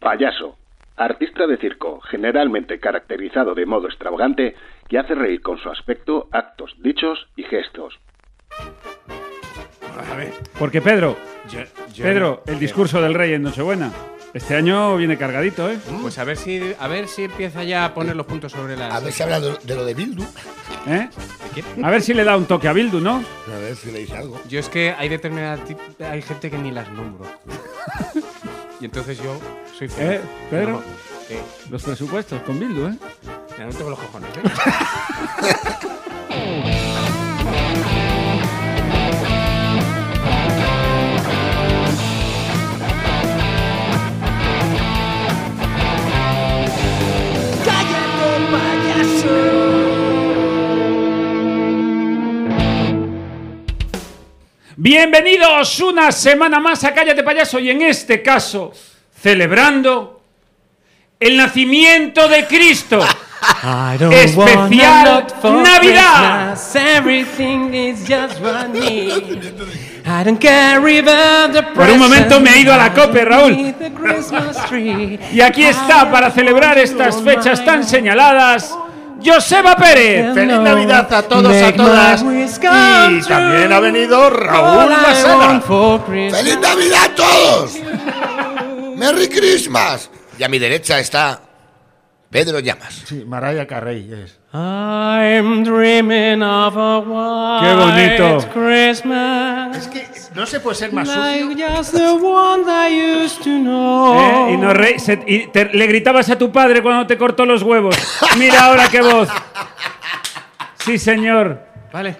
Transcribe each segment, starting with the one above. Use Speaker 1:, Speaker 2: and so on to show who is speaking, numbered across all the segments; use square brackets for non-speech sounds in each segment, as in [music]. Speaker 1: Payaso. Artista de circo, generalmente caracterizado de modo extravagante, que hace reír con su aspecto, actos, dichos y gestos.
Speaker 2: A ver.
Speaker 3: Porque Pedro,
Speaker 2: yo- yo
Speaker 3: Pedro,
Speaker 2: no-
Speaker 3: el discurso del rey en Nochebuena. Este año viene cargadito, ¿eh?
Speaker 2: Pues a ver si a ver si empieza ya a poner los puntos sobre las.
Speaker 4: A ver si habla de, de lo de Bildu.
Speaker 3: ¿Eh? A ver si le da un toque a Bildu, ¿no?
Speaker 4: A ver si le dice algo.
Speaker 2: Yo es que hay determinada ti- hay gente que ni las nombro.
Speaker 4: [laughs]
Speaker 2: y entonces yo soy feliz.
Speaker 3: ¿Eh, Pedro?
Speaker 2: No, eh,
Speaker 3: Los presupuestos con Bildu, ¿eh?
Speaker 2: mira, no tengo los cojones. ¿eh?
Speaker 3: Bienvenidos una semana más a Cállate Payaso y en este caso celebrando el nacimiento de Cristo.
Speaker 5: I don't
Speaker 3: Especial
Speaker 5: wanna look for
Speaker 3: Navidad.
Speaker 5: Christmas. Everything is just what I need. I don't care about the
Speaker 3: Por un momento me he ido a la
Speaker 5: presents
Speaker 3: COPE, Raúl.
Speaker 5: underneath the Christmas tree.
Speaker 3: Y aquí está para celebrar estas fechas tan señaladas Joseba
Speaker 6: Eh,
Speaker 3: Pérez.
Speaker 5: Feliz Navidad a todos, a todas. Y también ha
Speaker 6: venido
Speaker 5: All I want for Christmas.
Speaker 4: ¡Feliz Navidad a todos! ¡Merry Christmas! Y a mi derecha está Pedro Llamas.
Speaker 6: Sí, Maraya Carrey es.
Speaker 5: I'm dreaming of a
Speaker 3: Qué
Speaker 5: white
Speaker 3: bonito.
Speaker 5: Christmas.
Speaker 6: Es que no se puede ser más sucio.
Speaker 5: Like just the one I used to know.
Speaker 2: Oh.
Speaker 3: Eh, Y, no re- se- y te- le gritabas a tu padre cuando te cortó los huevos. Mira ahora qué voz. Sí, señor.
Speaker 2: Vale.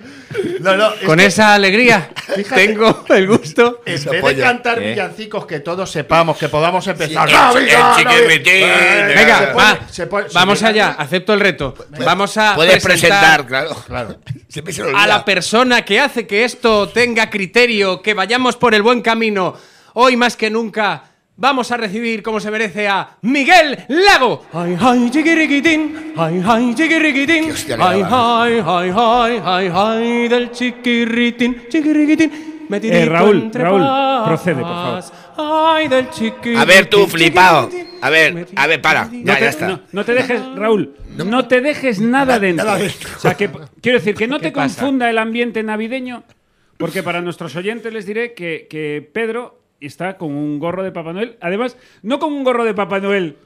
Speaker 6: No, no, es
Speaker 2: Con
Speaker 6: que
Speaker 2: esa alegría tengo el gusto.
Speaker 6: En
Speaker 4: Esa
Speaker 6: vez de
Speaker 4: polla.
Speaker 6: cantar
Speaker 2: ¿Eh?
Speaker 6: villancicos que todos sepamos, que podamos empezar.
Speaker 4: Sí, el
Speaker 6: ¡Navidad,
Speaker 4: chiquitín!
Speaker 6: Navidad!
Speaker 2: Venga,
Speaker 6: Se
Speaker 2: va,
Speaker 6: puede- se puede-
Speaker 2: vamos
Speaker 6: se puede-
Speaker 2: allá, acepto el reto. Vamos a
Speaker 4: Puedes presentar, claro.
Speaker 6: Claro.
Speaker 4: Siempre se lo
Speaker 2: a
Speaker 4: olvida.
Speaker 2: la persona que hace que esto tenga criterio, que vayamos por el buen camino. Hoy más que nunca vamos a recibir como se merece a Miguel Lago.
Speaker 5: Ay, ay, chiquiriquitín, ay, ay, chiquiriquitín,
Speaker 4: hostia le
Speaker 5: ay,
Speaker 4: daba.
Speaker 5: ay, ay, ay, ay, ay, del chiquiritín, chiquiriquitín, metidito
Speaker 3: Eh, Raúl,
Speaker 5: entre
Speaker 3: Raúl,
Speaker 5: pajas.
Speaker 3: procede, por favor.
Speaker 5: Ay, del chiquiritín.
Speaker 4: A ver, tú, flipao.
Speaker 5: chiquiritín,
Speaker 4: A ver, a ver, para.
Speaker 5: metidito.
Speaker 3: No,
Speaker 4: Ya,
Speaker 3: te,
Speaker 4: ya está.
Speaker 3: no- no te dejes, Raúl, no te dejes nada dentro. O sea, que, quiero decir, que no te confunda el ambiente navideño, porque para nuestros oyentes les diré que, que Pedro está con un gorro de Papá Noel. Además, no con un gorro de Papá Noel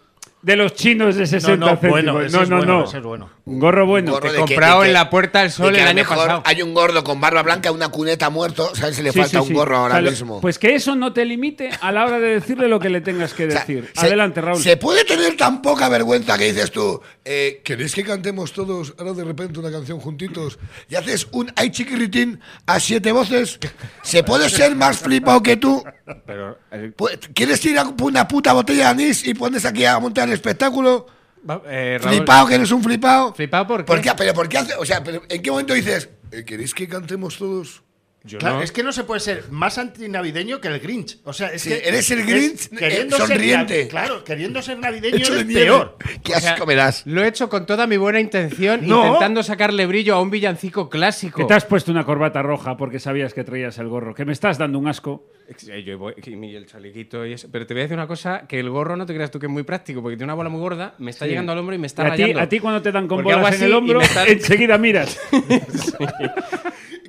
Speaker 3: de los chinos de 60
Speaker 6: no, bueno,
Speaker 3: céntimos.
Speaker 6: ese
Speaker 3: no,
Speaker 6: es
Speaker 3: no,
Speaker 6: bueno,
Speaker 3: no.
Speaker 6: ese es bueno.
Speaker 3: Un gorro bueno.
Speaker 2: Te
Speaker 4: Gorro de
Speaker 2: he
Speaker 4: que-
Speaker 2: comprado
Speaker 4: de que-
Speaker 2: en la Puerta del
Speaker 4: de
Speaker 2: Sol
Speaker 4: que
Speaker 2: el
Speaker 4: a lo
Speaker 2: año
Speaker 4: mejor
Speaker 2: pasado.
Speaker 4: Hay un gordo con barba blanca, una cuneta muerto. ¿Sabes? Se le
Speaker 3: Sí,
Speaker 4: falta
Speaker 3: sí,
Speaker 4: un
Speaker 3: sí.
Speaker 4: gorro ahora
Speaker 3: O sea, lo-
Speaker 4: mismo.
Speaker 3: Pues que eso no te limite a la hora de decirle lo que le tengas que
Speaker 4: [laughs] O sea,
Speaker 3: decir.
Speaker 4: se-
Speaker 3: Adelante, Raúl.
Speaker 4: Se puede tener tan poca vergüenza que dices tú, eh, ¿queréis que cantemos todos ahora de repente una canción juntitos? Y haces un ay chiquirritín a siete voces. ¿Se puede ser más flipado que tú?
Speaker 2: eh,
Speaker 4: Pues, ¿Quieres ir a por una puta botella de anís y pones aquí a montar el espectáculo?
Speaker 2: Va- eh, Raúl,
Speaker 4: Flipado, que eres un flipado.
Speaker 2: ¿Flipado por qué?
Speaker 4: ¿Pero por qué hace? O sea, pero ¿en qué momento dices, eh, ¿queréis que cantemos todos?
Speaker 6: Claro, es que no se puede ser más antinavideño que el Grinch. O sea, es
Speaker 4: Sí,
Speaker 6: que
Speaker 4: eres el
Speaker 6: es-
Speaker 4: Grinch,
Speaker 6: queriendo
Speaker 4: eh,
Speaker 6: ser
Speaker 4: sonriente.
Speaker 6: navi- claro, queriendo ser navideño
Speaker 4: Hecho de
Speaker 6: es
Speaker 4: nieve.
Speaker 6: peor.
Speaker 4: Qué
Speaker 2: o sea,
Speaker 4: asco me das.
Speaker 2: Lo he hecho con toda mi buena intención,
Speaker 6: No.
Speaker 2: intentando sacarle brillo a un villancico
Speaker 3: Que
Speaker 2: clásico.
Speaker 3: te has puesto una corbata roja porque sabías que traías el gorro. Que me estás dando un asco.
Speaker 2: Eh, Yo voy, y mi- el chalequito y eso. Pero te voy a decir una cosa, que el gorro no te creas tú que es muy práctico, porque tiene una bola muy gorda, me está llegando al hombro y me está
Speaker 3: Y a ti,
Speaker 2: rayando.
Speaker 3: a ti cuando te dan con
Speaker 2: Porque hago
Speaker 3: bolas en
Speaker 2: así
Speaker 3: el
Speaker 2: y
Speaker 3: hombro,
Speaker 2: me
Speaker 3: [laughs]
Speaker 2: está-
Speaker 3: enseguida miras.
Speaker 2: eh,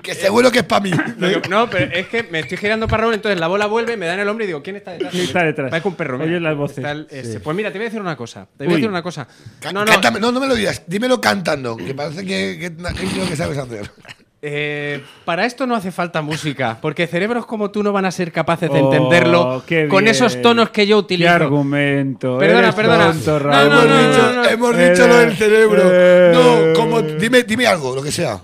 Speaker 4: Que seguro que es para mí.
Speaker 2: Lo que- no, pero es que me estoy girando para Raúl, entonces la bola vuelve, me da en el hombro y digo, ¿quién está detrás?
Speaker 3: ¿Quién está detrás?
Speaker 2: Parece un perro. mira.
Speaker 3: Oyes las voces.
Speaker 2: Está el- este. Pues mira, te voy a decir una cosa. Te voy
Speaker 3: Uy.
Speaker 2: a decir una cosa.
Speaker 4: Ca-
Speaker 2: No, no.
Speaker 4: cántame- no, no me lo digas, dímelo cantando, que parece que, que, que es lo que sabes hacer.
Speaker 2: eh, para esto no hace falta música, porque cerebros como tú no van a ser capaces [laughs] de
Speaker 3: Oh,
Speaker 2: entenderlo
Speaker 3: qué
Speaker 2: con
Speaker 3: bien.
Speaker 2: esos tonos que yo utilizo.
Speaker 3: Qué argumento.
Speaker 2: Perdona,
Speaker 3: Eres
Speaker 2: perdona.
Speaker 3: tonto,
Speaker 2: No,
Speaker 3: Raúl.
Speaker 2: no, no,
Speaker 4: hemos dicho,
Speaker 2: no, no.
Speaker 4: hemos
Speaker 3: Eh,
Speaker 4: dicho lo del cerebro.
Speaker 3: eh.
Speaker 4: no, como, dime, dime algo, lo que sea.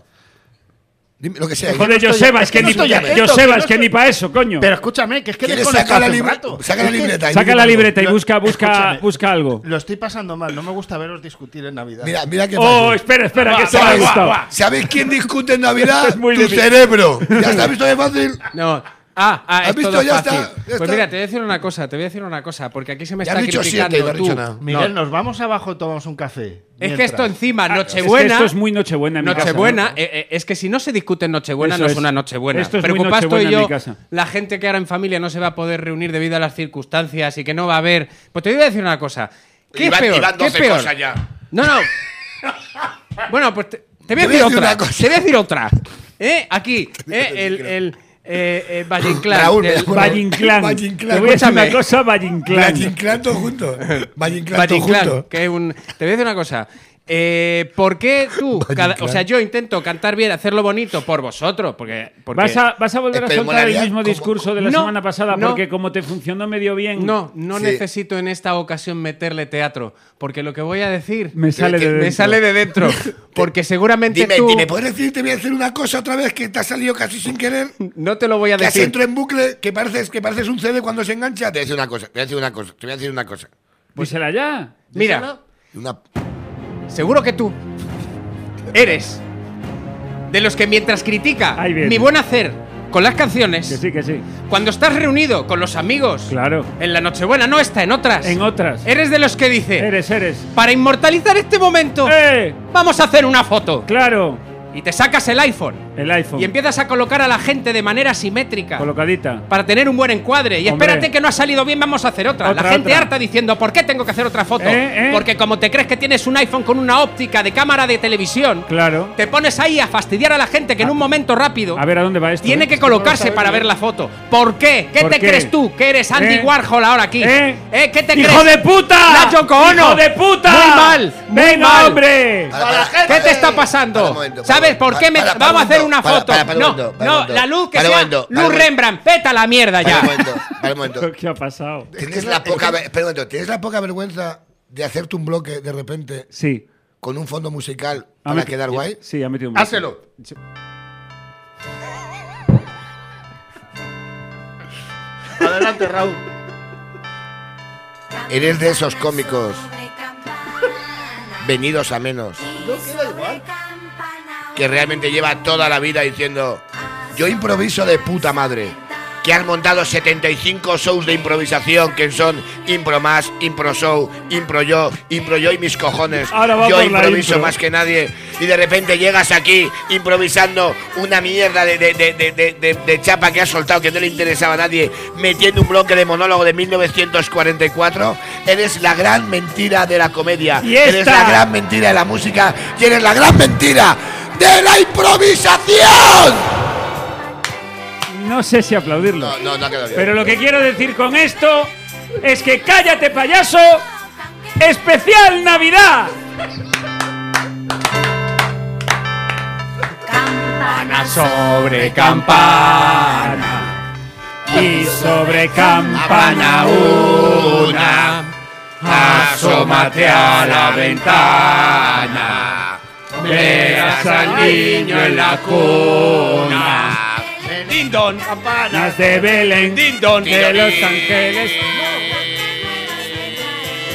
Speaker 4: Dime lo que sea.
Speaker 3: Joder, Joseba, es que,
Speaker 6: que no
Speaker 3: ni,
Speaker 6: estoy atento,
Speaker 3: Joseba,
Speaker 6: que no
Speaker 3: es que
Speaker 6: estoy-
Speaker 3: ni para eso, coño.
Speaker 6: Pero escúchame, que es que
Speaker 4: ¿Quieres sacar
Speaker 6: desconecto
Speaker 4: la,
Speaker 6: hace un
Speaker 4: libre-
Speaker 6: rato.
Speaker 4: saca la
Speaker 6: Es que-
Speaker 4: libreta? y
Speaker 3: Saca
Speaker 4: dime
Speaker 3: la
Speaker 4: algo.
Speaker 3: libreta y
Speaker 6: Lo-
Speaker 3: busca, busca,
Speaker 6: escúchame.
Speaker 3: busca algo.
Speaker 6: Lo estoy pasando mal, no me gusta veros discutir en Navidad.
Speaker 4: Mira, mira qué
Speaker 3: Oh,
Speaker 4: fácil.
Speaker 3: espera, espera, que se me ha
Speaker 4: ¿Sabes,
Speaker 3: gustado.
Speaker 4: ¿Sabéis quién discute en Navidad?
Speaker 3: Es muy
Speaker 4: tu
Speaker 3: difícil.
Speaker 4: cerebro. ¿Ya está visto de fácil?
Speaker 2: No, Ah, ah,
Speaker 4: ¿Has
Speaker 2: es
Speaker 4: visto?
Speaker 2: todo
Speaker 4: Ya
Speaker 2: fácil.
Speaker 4: está, ya
Speaker 2: pues
Speaker 4: está.
Speaker 2: mira, te voy a decir una cosa, te voy a decir una cosa, porque aquí se me
Speaker 4: Ya
Speaker 2: está
Speaker 4: has dicho siete,
Speaker 2: criticando
Speaker 4: no he
Speaker 2: tú.
Speaker 4: dicho nada.
Speaker 6: Miguel,
Speaker 2: No,
Speaker 6: nos vamos abajo, tomamos un café.
Speaker 2: es que esto encima,
Speaker 3: Ah, Es que
Speaker 2: Nochebuena.
Speaker 3: esto es muy Nochebuena en mi casa.
Speaker 2: Nochebuena, eh, eh, es que si no se discute en Nochebuena,
Speaker 3: Eso
Speaker 2: no es,
Speaker 3: es.
Speaker 2: una Nochebuena.
Speaker 3: Esto es muy
Speaker 2: Preocupas tú
Speaker 3: Nochebuena
Speaker 2: y
Speaker 3: en
Speaker 2: yo,
Speaker 3: mi casa.
Speaker 2: la gente que ahora en familia no se va a poder reunir debido a las circunstancias y que no va a haber. Pues te voy a decir una cosa. ¿Qué
Speaker 7: Y
Speaker 2: es
Speaker 7: van- y
Speaker 2: peor?
Speaker 7: van
Speaker 2: ¿Qué es
Speaker 7: 12
Speaker 2: peor?
Speaker 7: cosas ya.
Speaker 2: No, no. bueno, pues te, te voy a decir otra.
Speaker 4: una cosa.
Speaker 2: Te voy a decir otra. ¿Eh?
Speaker 4: [laughs]
Speaker 2: Aquí, eh, el. el eh, eh, Valle Inclán,
Speaker 4: Raúl, me
Speaker 2: del-
Speaker 4: acuerdo.
Speaker 3: Vallinclán.
Speaker 4: Vallinclán.
Speaker 3: Te voy a decir una
Speaker 2: Escúchame.
Speaker 3: cosa, Vallinclán.
Speaker 4: Vallinclán todo junto. Vallinclán todo
Speaker 2: Vaticlán,
Speaker 4: junto.
Speaker 2: que es un- Te voy a decir una cosa. Eh, ¿Por qué tú? cada- o sea, yo intento cantar bien, hacerlo bonito por vosotros, porque... porque-
Speaker 3: ¿Vas a, vas a volver a
Speaker 4: Espera,
Speaker 3: soltar el
Speaker 4: molaría
Speaker 3: mismo
Speaker 4: como-
Speaker 3: discurso de la
Speaker 2: No,
Speaker 3: semana pasada
Speaker 2: no.
Speaker 3: porque como te funcionó medio bien,
Speaker 2: No, no
Speaker 4: Sí.
Speaker 2: necesito en esta ocasión meterle teatro, porque lo que voy a decir
Speaker 3: me sale de
Speaker 2: me
Speaker 3: dentro.
Speaker 2: sale de dentro, porque seguramente
Speaker 7: Dime,
Speaker 2: tú
Speaker 7: dime,
Speaker 4: ¿Puedes decir, te voy a hacer una cosa otra vez que te ha salido casi sin querer?
Speaker 2: no te lo voy a
Speaker 4: Que has
Speaker 2: decir.
Speaker 4: entrado en bucle, que pareces, que pareces un CD cuando se engancha.
Speaker 7: Te voy a decir una cosa, te voy a decir una cosa, te voy a decir una cosa.
Speaker 2: pues
Speaker 3: Dísela ya.
Speaker 2: Mira,
Speaker 4: Una-
Speaker 2: seguro que tú eres de los que mientras critica
Speaker 3: Ahí viene.
Speaker 2: mi buen hacer con las canciones,
Speaker 3: Que sí, que sí.
Speaker 2: cuando estás reunido con los amigos,
Speaker 3: Claro.
Speaker 2: En la Nochebuena, no está, en otras.
Speaker 3: En otras.
Speaker 2: Pues Eres de los que dice,
Speaker 3: Eres, eres.
Speaker 2: para inmortalizar este momento,
Speaker 3: ¡Eh!
Speaker 2: vamos a hacer una foto.
Speaker 3: Claro.
Speaker 2: Y te sacas el iPhone
Speaker 3: El iPhone.
Speaker 2: y empiezas a colocar a la gente de manera simétrica.
Speaker 3: Colocadita.
Speaker 2: para tener un buen encuadre. Y
Speaker 3: Hombre.
Speaker 2: espérate que no ha salido bien, vamos a hacer otra. la
Speaker 3: Otra,
Speaker 2: gente
Speaker 3: otra.
Speaker 2: harta diciendo, ¿por qué tengo que hacer otra foto?
Speaker 3: Eh, eh.
Speaker 2: Porque como te crees que tienes un iPhone con una óptica de cámara de televisión,
Speaker 3: Claro.
Speaker 2: te pones ahí a fastidiar a la gente que en un momento rápido
Speaker 3: A ver, ¿a dónde va esto?
Speaker 2: tiene
Speaker 3: eh?
Speaker 2: que colocarse para ver la foto. ¿Por qué? ¿Qué
Speaker 3: ¿Por
Speaker 2: te
Speaker 3: qué?
Speaker 2: crees tú? ¿Que eres Andy
Speaker 3: ¿Eh?
Speaker 2: Warhol ahora aquí?
Speaker 3: ¿Eh?
Speaker 2: ¿Qué te
Speaker 3: ¡Hijo de
Speaker 2: crees?
Speaker 3: puta!
Speaker 2: ¡La Yoko Ono!
Speaker 3: ¡Hijo de puta!
Speaker 2: Muy mal, muy
Speaker 3: ¡Venga,
Speaker 2: mal.
Speaker 3: hombre!
Speaker 4: Para, para.
Speaker 2: ¿Qué te está
Speaker 7: Para
Speaker 2: pasando?
Speaker 7: un momento, para
Speaker 2: ¿Sabes
Speaker 7: un momento.
Speaker 2: por qué me.?
Speaker 7: Para, para
Speaker 2: Vamos a
Speaker 7: un
Speaker 2: hacer
Speaker 7: momento,
Speaker 2: una
Speaker 7: para,
Speaker 2: foto.
Speaker 7: para, para un
Speaker 2: no,
Speaker 7: momento, para
Speaker 2: no,
Speaker 7: un momento.
Speaker 2: la luz que
Speaker 7: Para un
Speaker 2: sea.
Speaker 7: momento, para
Speaker 2: luz
Speaker 7: un momento.
Speaker 2: Rembrandt, vete a la mierda
Speaker 7: Para
Speaker 2: ya.
Speaker 7: un momento, para
Speaker 2: [laughs]
Speaker 7: un
Speaker 3: [laughs]
Speaker 7: momento.
Speaker 3: ¿Qué ha
Speaker 7: [laughs]
Speaker 3: pasado?
Speaker 4: Es
Speaker 7: Tienes
Speaker 4: la-
Speaker 7: la poca...
Speaker 4: es que-
Speaker 7: ve-
Speaker 4: Pero bueno, ¿tienes la poca vergüenza de hacerte un bloque de repente
Speaker 3: Sí.
Speaker 4: con un fondo musical
Speaker 3: Ha
Speaker 4: para
Speaker 3: meti-
Speaker 4: quedar guay?
Speaker 3: Sí, ha metido un
Speaker 6: Háselo. Adelante, Raúl.
Speaker 7: Eres de esos cómicos venidos a menos que realmente lleva toda la vida diciendo yo improviso de puta madre. Que han montado 75 shows de improvisación que son impro más, impro show, impro yo, impro yo y mis cojones.
Speaker 3: Ahora va
Speaker 7: yo
Speaker 3: por la
Speaker 7: improviso
Speaker 3: impro.
Speaker 7: más que nadie. Y de repente llegas aquí improvisando una mierda de, de- de- de- de- de- de chapa que has soltado que no le interesaba a nadie, metiendo un bloque de monólogo de 1944. Eres la gran mentira de la comedia.
Speaker 3: Y
Speaker 7: Eres
Speaker 3: esta.
Speaker 7: la gran mentira de la música. Y eres la gran mentira de la improvisación.
Speaker 3: No sé si aplaudirlo.
Speaker 7: No, no, no ha quedado bien.
Speaker 3: Pero lo que quiero decir con esto es que cállate, payaso. Especial Navidad.
Speaker 2: Campana sobre campana
Speaker 3: Y sobre uh,
Speaker 2: campana una. Asómate a la ventana. Veas al niño en la cuna. Dindon, campanas
Speaker 3: de Belén,
Speaker 2: Dindon
Speaker 3: de Los Ángeles.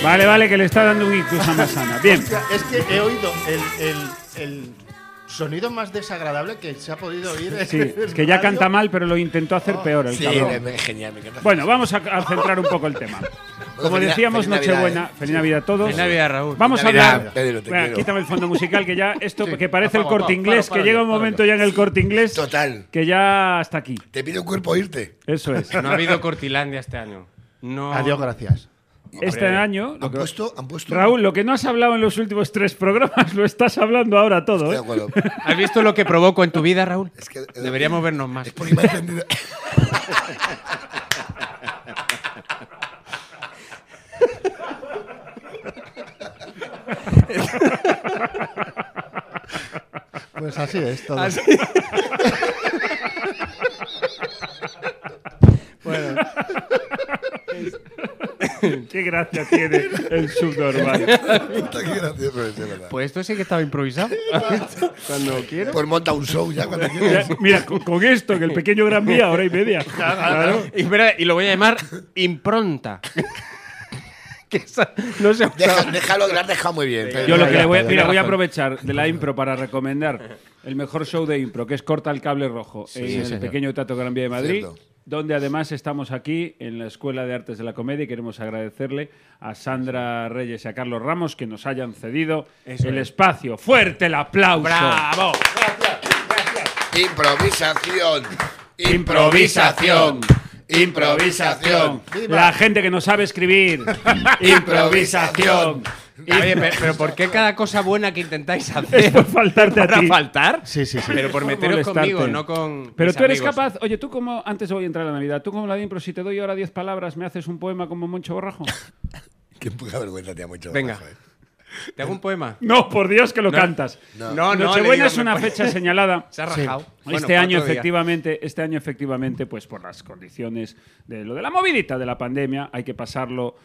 Speaker 3: Vale, vale, que le está dando un ictus a Masana. Bien.
Speaker 6: Es que he oído el, el- el sonido más desagradable que se ha podido oír. en
Speaker 3: Sí,
Speaker 6: el
Speaker 3: es que ya
Speaker 6: radio.
Speaker 3: canta mal, pero lo intentó hacer peor el
Speaker 7: Sí,
Speaker 3: cabrón.
Speaker 7: me- genial, me encanta.
Speaker 3: Bueno, vamos a, a centrar un poco el tema. Como
Speaker 7: feliz-
Speaker 3: decíamos,
Speaker 7: feliz Navidad,
Speaker 3: Nochebuena,
Speaker 7: ¿eh?
Speaker 3: feliz Navidad a todos.
Speaker 2: Feliz Navidad, Raúl.
Speaker 3: Vamos a
Speaker 7: Feliz Navidad,
Speaker 3: hablar.
Speaker 7: Pedro, te
Speaker 3: Venga,
Speaker 7: quiero.
Speaker 3: quítame el fondo musical que ya esto
Speaker 2: Sí,
Speaker 3: que parece el
Speaker 2: apago,
Speaker 3: corte
Speaker 2: apago,
Speaker 3: inglés
Speaker 2: apago,
Speaker 3: que llega un
Speaker 2: apago.
Speaker 3: momento ya en el corte inglés.
Speaker 7: Total.
Speaker 3: Que ya hasta aquí.
Speaker 4: Te pide un cuerpo irte.
Speaker 3: Eso es.
Speaker 2: No ha habido Cortilandia este año. No.
Speaker 6: Adiós, gracias.
Speaker 3: Este año. lo
Speaker 4: ¿Han
Speaker 3: que-
Speaker 4: puesto? ¿Han puesto?
Speaker 3: Raúl, lo que no has hablado en los últimos tres programas lo estás hablando ahora todo.
Speaker 4: De
Speaker 3: ¿eh?
Speaker 4: acuerdo.
Speaker 2: ¿Has visto lo que provoco en tu vida, Raúl?
Speaker 7: [laughs]
Speaker 4: Es que- eh,
Speaker 2: Deberíamos vernos más.
Speaker 4: Es porque me ha [laughs] entendido.
Speaker 6: Pues así es todo.
Speaker 3: Qué gracia tiene el subnormal.
Speaker 4: Puta, qué gracioso es, de verdad.
Speaker 2: Pues esto sí que estaba improvisado.
Speaker 7: [laughs]
Speaker 2: Cuando quieras.
Speaker 4: Pues monta un show ya cuando
Speaker 3: Ya,
Speaker 4: quieras.
Speaker 3: Mira, con, con esto, en el pequeño Gran Vía, hora y media. Claro.
Speaker 2: Y, espera, y lo voy a llamar impronta. que esa- no sé.
Speaker 7: Deja- déjalo, lo has dejado muy bien. Pedro.
Speaker 3: Yo lo que le voy a,
Speaker 2: Tiene
Speaker 3: mira, voy a
Speaker 2: razón.
Speaker 3: aprovechar de la impro para recomendar el mejor show de impro, que es Corta el Cable Rojo, en el pequeño Teatro Gran Vía de Madrid.
Speaker 4: Cierto.
Speaker 3: donde además estamos aquí en la Escuela de Artes de la Comedia y queremos agradecerle a Sandra Reyes y a Carlos Ramos que nos hayan cedido el espacio. ¡Fuerte el aplauso!
Speaker 2: ¡Bravo!
Speaker 7: Improvisación.
Speaker 3: Improvisación. Improvisación. La gente que no sabe escribir. [laughs] Improvisación. [laughs]
Speaker 2: Oye, pero, pero ¿por qué cada cosa buena que intentáis
Speaker 3: Es
Speaker 2: hacer
Speaker 3: por faltarte a
Speaker 2: [laughs] para
Speaker 3: ti.
Speaker 2: faltar?
Speaker 6: Sí, sí, sí.
Speaker 2: Pero por meteros
Speaker 3: molestarte.
Speaker 2: conmigo, no con.
Speaker 3: Pero
Speaker 2: mis
Speaker 3: tú eres
Speaker 2: amigos.
Speaker 3: capaz. Oye, tú como. Antes voy a entrar a la Navidad. Tú como la de impro, si te doy ahora 10 palabras, ¿me haces un poema como Moncho
Speaker 2: [laughs]
Speaker 3: Borrajo?
Speaker 4: Qué poca vergüenza te ha mucho. eh.
Speaker 2: Venga.
Speaker 4: joder.
Speaker 2: ¿Te hago un poema?
Speaker 3: no, por Dios que lo cantas.
Speaker 2: No, no, le
Speaker 3: Nochebuena
Speaker 2: digo,
Speaker 3: es
Speaker 2: me
Speaker 3: una
Speaker 2: puede- [laughs]
Speaker 3: fecha señalada.
Speaker 2: Se ha rajado. Bueno,
Speaker 3: este
Speaker 2: para
Speaker 3: año
Speaker 2: otro día.
Speaker 3: efectivamente, este año efectivamente, pues por las condiciones de lo de la movidita de la pandemia, hay que pasarlo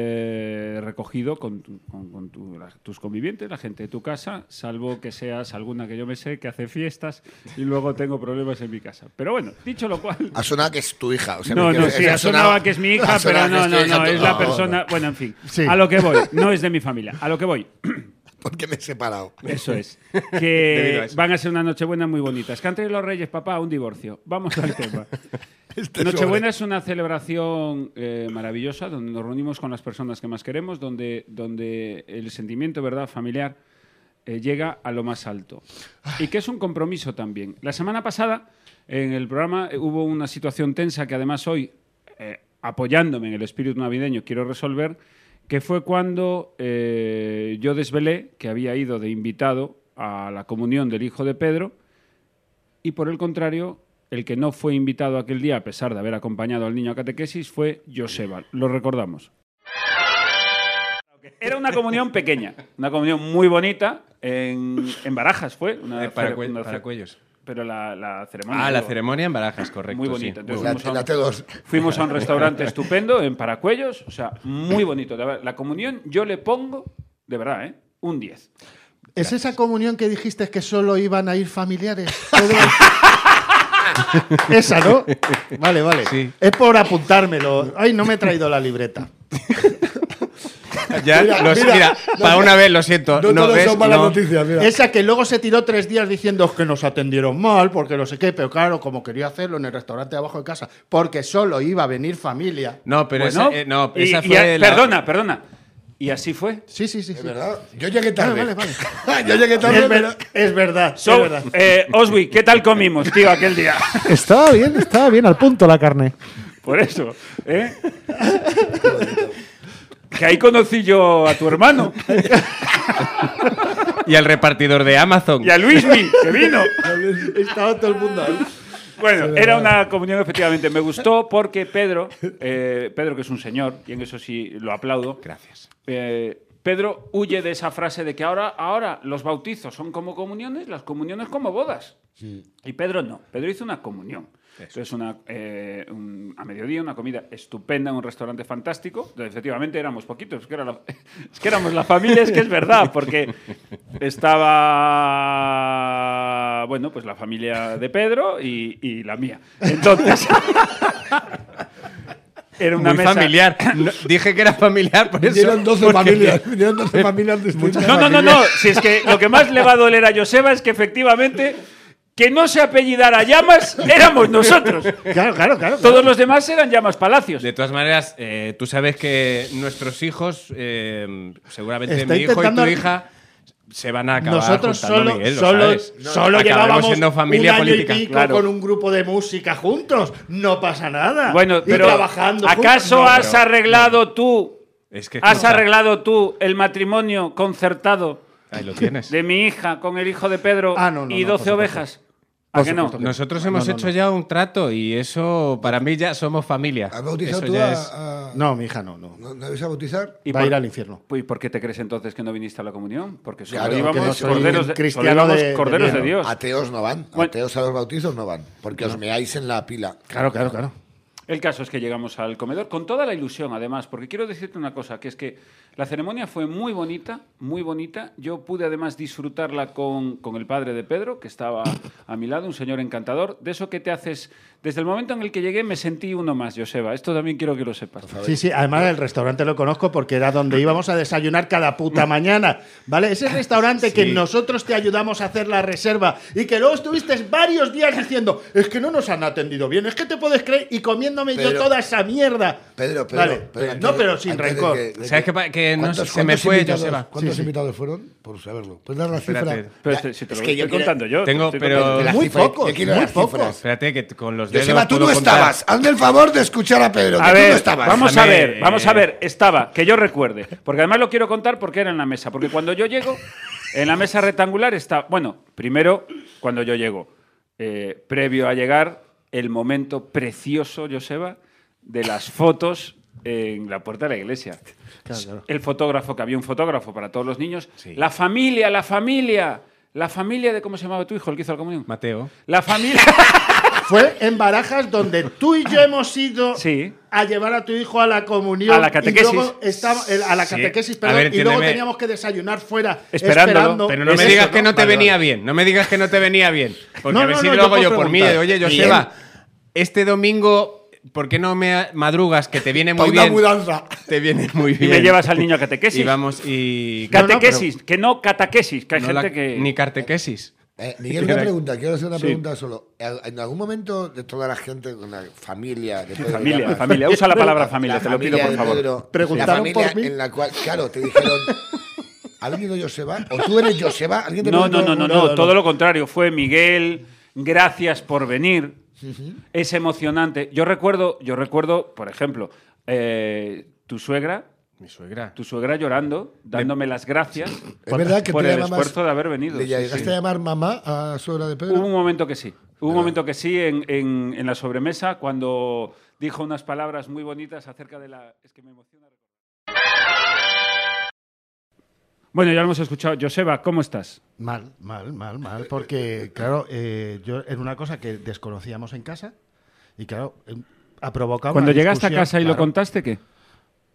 Speaker 3: eh, recogido con, tu- con- con tu- la- tus convivientes, la gente de tu casa, salvo que seas alguna que yo me sé que hace fiestas y luego tengo problemas en mi casa. Pero bueno, dicho lo
Speaker 4: [laughs]
Speaker 3: cual.
Speaker 4: Ha sonado que es tu hija. O sea,
Speaker 3: No,
Speaker 4: me
Speaker 3: no,
Speaker 4: quiero-
Speaker 3: sí,
Speaker 4: ha
Speaker 3: ha sonado
Speaker 4: sonado-
Speaker 3: que es mi
Speaker 4: [laughs] ha
Speaker 3: hija, pero
Speaker 4: sonado que
Speaker 3: no,
Speaker 4: es tu
Speaker 3: no,
Speaker 4: hija,
Speaker 3: no,
Speaker 4: tú-
Speaker 3: es la
Speaker 4: no,
Speaker 3: persona. Bueno, en fin,
Speaker 6: Sí.
Speaker 3: a lo que voy, no es de mi familia, a lo que
Speaker 4: [laughs]
Speaker 3: voy.
Speaker 4: Porque me he separado.
Speaker 3: Eso es.
Speaker 2: Debido a
Speaker 3: Que
Speaker 2: eso.
Speaker 3: van a ser una Nochebuena muy bonitas. Que han traído los Reyes, papá, un divorcio. Vamos al tema.
Speaker 4: [laughs] Este
Speaker 3: Nochebuena es una celebración eh, maravillosa donde nos reunimos con las personas que más queremos, donde, donde el sentimiento verdad familiar eh, llega a lo más alto. Y que es un compromiso también. La semana pasada, en el programa, eh, hubo una situación tensa que además hoy, eh, apoyándome en el espíritu navideño, quiero resolver, que fue cuando eh, yo desvelé que había ido de invitado a la comunión del hijo de Pedro y por el contrario, el que no fue invitado aquel día, a pesar de haber acompañado al niño a catequesis, fue Joseba. Lo recordamos. Era una comunión pequeña, una comunión muy bonita, en, en Barajas fue. Una
Speaker 2: Eh, para
Speaker 3: cere-
Speaker 2: cue-
Speaker 3: una
Speaker 2: para
Speaker 3: ce-
Speaker 2: cuellos.
Speaker 3: Pero la, la ceremonia.
Speaker 2: Ah, la
Speaker 3: luego.
Speaker 2: ceremonia en barajas, correcto.
Speaker 3: Muy
Speaker 2: sí.
Speaker 3: bonita. Entonces,
Speaker 4: La,
Speaker 3: fuimos a un-
Speaker 4: la T2.
Speaker 3: Fuimos a un
Speaker 2: [laughs]
Speaker 3: restaurante estupendo en Paracuellos, o sea, muy bonito. De verdad, La comunión yo le pongo, de verdad, ¿eh? un 10.
Speaker 6: ¿Es esa comunión que dijiste que solo iban a ir
Speaker 3: [laughs]
Speaker 6: familiares? Todo- esa, ¿no? Vale, vale. Es por apuntármelo. Ay, no me he traído la libreta.
Speaker 2: Ya,
Speaker 4: Mira,
Speaker 2: los-
Speaker 4: mira,
Speaker 2: mira,
Speaker 4: no,
Speaker 2: para
Speaker 4: mira.
Speaker 2: una vez, lo siento.
Speaker 4: No,
Speaker 2: No,
Speaker 4: todos
Speaker 2: ves,
Speaker 4: son malas
Speaker 2: no.
Speaker 4: noticias, mira.
Speaker 6: Esa que luego se tiró tres días diciendo que nos atendieron mal, porque no sé qué, pero claro, como quería hacerlo en el restaurante de abajo de casa, porque solo iba a venir familia.
Speaker 2: No, pero
Speaker 3: Bueno,
Speaker 2: esa, eh, no,
Speaker 3: y-
Speaker 2: esa
Speaker 3: y
Speaker 2: fue
Speaker 3: a-
Speaker 2: la-
Speaker 3: Perdona, perdona. Y así fue.
Speaker 6: Sí, sí, sí. sí.
Speaker 4: Es verdad. Yo llegué tarde.
Speaker 6: Vale, vale,
Speaker 4: [laughs] Yo llegué tarde,
Speaker 6: Es, ver-
Speaker 4: pero-
Speaker 6: es verdad, es
Speaker 3: So,
Speaker 6: verdad.
Speaker 3: eh, Oswi, ¿qué tal comimos, tío, aquel día?
Speaker 8: [laughs] Estaba bien, estaba bien, al punto la carne.
Speaker 3: Por eso, ¿eh? Que ahí conocí yo a tu hermano
Speaker 2: Y al repartidor de Amazon.
Speaker 3: y a Luismi, que vino.
Speaker 6: Estaba todo el mundo ahí.
Speaker 3: Bueno, era una comunión efectivamente. Me gustó porque Pedro, eh, Pedro que es un señor, y en eso sí lo aplaudo.
Speaker 2: Gracias.
Speaker 3: eh, Pedro huye de esa frase de que ahora, ahora los bautizos son como comuniones, las comuniones como bodas. Y Pedro no. Pedro hizo una comunión. Entonces, una, eh, un- a mediodía, una comida estupenda en un restaurante fantástico. donde efectivamente, éramos poquitos. Es que, era la- [laughs] es que éramos la familia, es que es verdad, porque estaba. Bueno, pues la familia de Pedro y, y la mía. Entonces. [laughs] era una
Speaker 2: Muy
Speaker 3: mesa.
Speaker 2: familiar. No, dije que era familiar, por eso.
Speaker 4: Vinieron 12
Speaker 2: porque-
Speaker 4: familias. Vinieron 12 familias distintas.
Speaker 3: No, no, no, no. Si es que lo que más le va a doler a Joseba es que efectivamente que no se apellidara Llamas éramos nosotros.
Speaker 6: Claro, claro, claro.
Speaker 3: Todos los demás eran Llamas Palacios.
Speaker 2: De todas maneras, eh, tú sabes que nuestros hijos, eh, seguramente
Speaker 6: Está
Speaker 2: mi hijo y tu
Speaker 6: intentando-
Speaker 2: hija, se van a acabar
Speaker 6: Nosotros
Speaker 2: juntando,
Speaker 6: solo,
Speaker 2: Miguel, lo
Speaker 6: solo,
Speaker 2: sabes.
Speaker 6: solo
Speaker 2: Acabaremos
Speaker 6: llevábamos
Speaker 2: siendo familia
Speaker 6: un año
Speaker 2: política.
Speaker 6: y pico
Speaker 3: Claro.
Speaker 6: con un grupo de música juntos. No pasa nada.
Speaker 3: Bueno,
Speaker 6: Ah, Y
Speaker 3: pero
Speaker 6: trabajando
Speaker 3: ¿acaso
Speaker 6: juntos. No,
Speaker 3: has
Speaker 6: pero-
Speaker 3: arreglado tú
Speaker 2: Es que
Speaker 3: has
Speaker 2: escucha,
Speaker 3: arreglado tú el matrimonio concertado
Speaker 2: Ahí lo
Speaker 6: [laughs]
Speaker 2: tienes.
Speaker 3: de mi hija con el hijo de Pedro
Speaker 6: Ah, no, no,
Speaker 3: y
Speaker 6: no, por
Speaker 3: 12
Speaker 6: supuesto.
Speaker 3: ovejas? ¿A que no?
Speaker 2: Nosotros hemos hecho ya un trato y eso para mí ya somos familia.
Speaker 4: ¿Has bautizado
Speaker 2: Eso
Speaker 4: tú
Speaker 2: ya
Speaker 4: a,
Speaker 2: es-
Speaker 4: a-
Speaker 6: No, mi hija no, no.
Speaker 4: ¿No, no vais a bautizar?
Speaker 3: ¿Y
Speaker 6: Va a
Speaker 3: por-
Speaker 6: ir al infierno.
Speaker 3: Pues, ¿Y por qué te crees entonces que no viniste a la comunión? Porque solo
Speaker 4: Claro,
Speaker 3: íbamos
Speaker 4: que no soy
Speaker 3: corderos de,
Speaker 6: cristiano
Speaker 3: solo íbamos
Speaker 6: de- de
Speaker 3: corderos de,
Speaker 6: bien.
Speaker 3: Dios.
Speaker 4: Ateos no van.
Speaker 3: Bueno.
Speaker 4: Ateos a los bautizos no van. Porque os meáis en la pila.
Speaker 6: Claro, claro, claro.
Speaker 3: El caso es que llegamos al comedor con toda la ilusión, además, porque quiero decirte una cosa, que es que la ceremonia fue muy bonita, muy bonita. Yo pude además disfrutarla con, con el padre de Pedro, que estaba a mi lado, un señor encantador, de eso que te haces Desde el momento en el que llegué me sentí uno más, Joseba. Esto también quiero que lo sepas.
Speaker 6: Sí, sí, además el restaurante lo conozco porque era
Speaker 4: [laughs]
Speaker 6: donde íbamos a desayunar cada puta mañana, ¿vale? Ese restaurante que nosotros te ayudamos a hacer la reserva y que luego estuviste varios días diciendo, es que no nos han atendido bien, es que te puedes creer y comiéndome yo
Speaker 4: Pedro.
Speaker 6: toda esa mierda.
Speaker 4: Pedro, Pedro,
Speaker 6: Vale,
Speaker 4: Pedro,
Speaker 6: pero-
Speaker 4: antes
Speaker 6: no,
Speaker 4: de-
Speaker 6: pero sin
Speaker 4: antes de
Speaker 6: rencor.
Speaker 4: que- de
Speaker 2: ¿Sabes qué pa- que no
Speaker 4: ¿Cuántos-
Speaker 2: se me
Speaker 4: cuántos
Speaker 2: fue,
Speaker 4: invitados-
Speaker 2: Joseba?
Speaker 4: ¿Cuántos
Speaker 6: Sí, sí.
Speaker 4: invitados fueron? Por saberlo. Puedes dar la
Speaker 2: Espérate,
Speaker 4: cifra.
Speaker 3: Pero este- si te lo
Speaker 7: es que yo
Speaker 3: estoy
Speaker 7: quiero-
Speaker 3: contando yo. te
Speaker 2: Tengo,
Speaker 3: estoy
Speaker 2: pero-
Speaker 3: contando.
Speaker 4: Las
Speaker 6: Muy
Speaker 4: cifras,
Speaker 6: pocos,
Speaker 4: yo quiero
Speaker 6: muy
Speaker 4: las cifras.
Speaker 6: pocos.
Speaker 2: Espérate, que t- con los dedos.
Speaker 4: Joseba, tú
Speaker 2: puedo
Speaker 4: no
Speaker 2: contar.
Speaker 4: estabas. Hazme el favor de escuchar a
Speaker 3: A
Speaker 4: Pedro. que tú no
Speaker 3: ver,
Speaker 4: estabas.
Speaker 3: vamos a
Speaker 2: Déjame-
Speaker 3: ver, vamos a ver, estaba, que yo recuerde, porque además lo quiero contar porque era en la mesa, porque cuando yo llego, en la mesa rectangular está, bueno, primero, cuando yo llego, eh, previo a llegar, el momento precioso, Joseba, de las fotos en la puerta de la iglesia. El fotógrafo, que había un fotógrafo para todos los niños, la familia, la familia, la familia de, ¿cómo se llamaba tu hijo, el que hizo la comunión?
Speaker 2: Mateo.
Speaker 3: La
Speaker 2: [laughs]
Speaker 3: familia...
Speaker 6: Fue en Barajas donde tú y
Speaker 4: [laughs]
Speaker 6: yo hemos ido
Speaker 3: Sí.
Speaker 6: a llevar a tu hijo a la comunión.
Speaker 3: A la catequesis.
Speaker 6: Y luego estaba- el- a la
Speaker 2: Sí.
Speaker 6: catequesis,
Speaker 2: A
Speaker 6: perdón,
Speaker 2: ver,
Speaker 6: y luego
Speaker 2: entiéndeme.
Speaker 6: teníamos que desayunar fuera.
Speaker 3: Esperándolo,
Speaker 6: esperando.
Speaker 2: Pero no
Speaker 6: Es
Speaker 2: me
Speaker 6: eso,
Speaker 2: digas que no te
Speaker 6: Vale,
Speaker 2: venía
Speaker 6: vale.
Speaker 2: bien. No me digas que no te venía bien. Porque
Speaker 6: No,
Speaker 2: a ver
Speaker 6: no,
Speaker 2: si
Speaker 6: no,
Speaker 2: lo
Speaker 6: yo
Speaker 2: hago yo
Speaker 6: puedo
Speaker 2: por mí.
Speaker 6: preguntar.
Speaker 2: Oye, Joseba, este domingo, ¿por qué no me a- madrugas? Que te viene
Speaker 4: Para
Speaker 2: muy
Speaker 4: una
Speaker 2: bien.
Speaker 4: mudanza.
Speaker 2: Te
Speaker 4: [laughs]
Speaker 2: viene muy
Speaker 3: Y
Speaker 2: bien.
Speaker 3: me llevas al niño a
Speaker 2: Y
Speaker 3: catequesis.
Speaker 2: vamos y.
Speaker 3: Catequesis, que no cataquesis, que hay
Speaker 2: No
Speaker 3: gente
Speaker 2: la-
Speaker 3: que.
Speaker 2: Ni cartequesis.
Speaker 4: Eh, Miguel, una pregunta, quiero hacer una pregunta solo. ¿Al- ¿En algún momento de toda la gente, con la familia de Pedro
Speaker 3: Familia,
Speaker 4: Llamas,
Speaker 3: familia,
Speaker 2: [laughs]
Speaker 3: usa la palabra familia, te lo pido,
Speaker 4: familia
Speaker 3: por
Speaker 4: de
Speaker 3: favor.
Speaker 4: Pedro,
Speaker 6: Preguntaron
Speaker 4: la familia
Speaker 6: por mí.
Speaker 4: en la cual, claro, te dijeron, ¿ha venido Joseba? ¿O tú eres Joseba? ¿Alguien te
Speaker 3: No, no,
Speaker 4: preguntó?
Speaker 3: no, no, no, todo lo contrario. Fue Miguel, gracias por venir. Es emocionante. Yo recuerdo, yo recuerdo, por ejemplo, eh, tu suegra,
Speaker 2: Mi suegra.
Speaker 3: tu suegra llorando, dándome las gracias
Speaker 4: Es verdad que
Speaker 3: por
Speaker 4: tú
Speaker 3: el
Speaker 4: llamabas-
Speaker 3: esfuerzo de haber venido.
Speaker 4: ¿Le
Speaker 3: sí, sí.
Speaker 4: llegaste a llamar mamá a suegra de Pedro?
Speaker 3: Hubo un momento que sí. Hubo un momento que sí en, en- en la sobremesa cuando dijo unas palabras muy bonitas acerca de la. Es que me emociona. Bueno, ya lo hemos escuchado. Joseba, ¿cómo estás?
Speaker 6: Mal, mal, mal, mal. Porque, claro, eh, yo era una cosa que desconocíamos en casa y, claro, eh, ha provocado.
Speaker 3: Cuando
Speaker 6: una
Speaker 3: llegaste a
Speaker 6: discusión,
Speaker 3: casa y lo
Speaker 6: claro.
Speaker 3: contaste, ¿qué?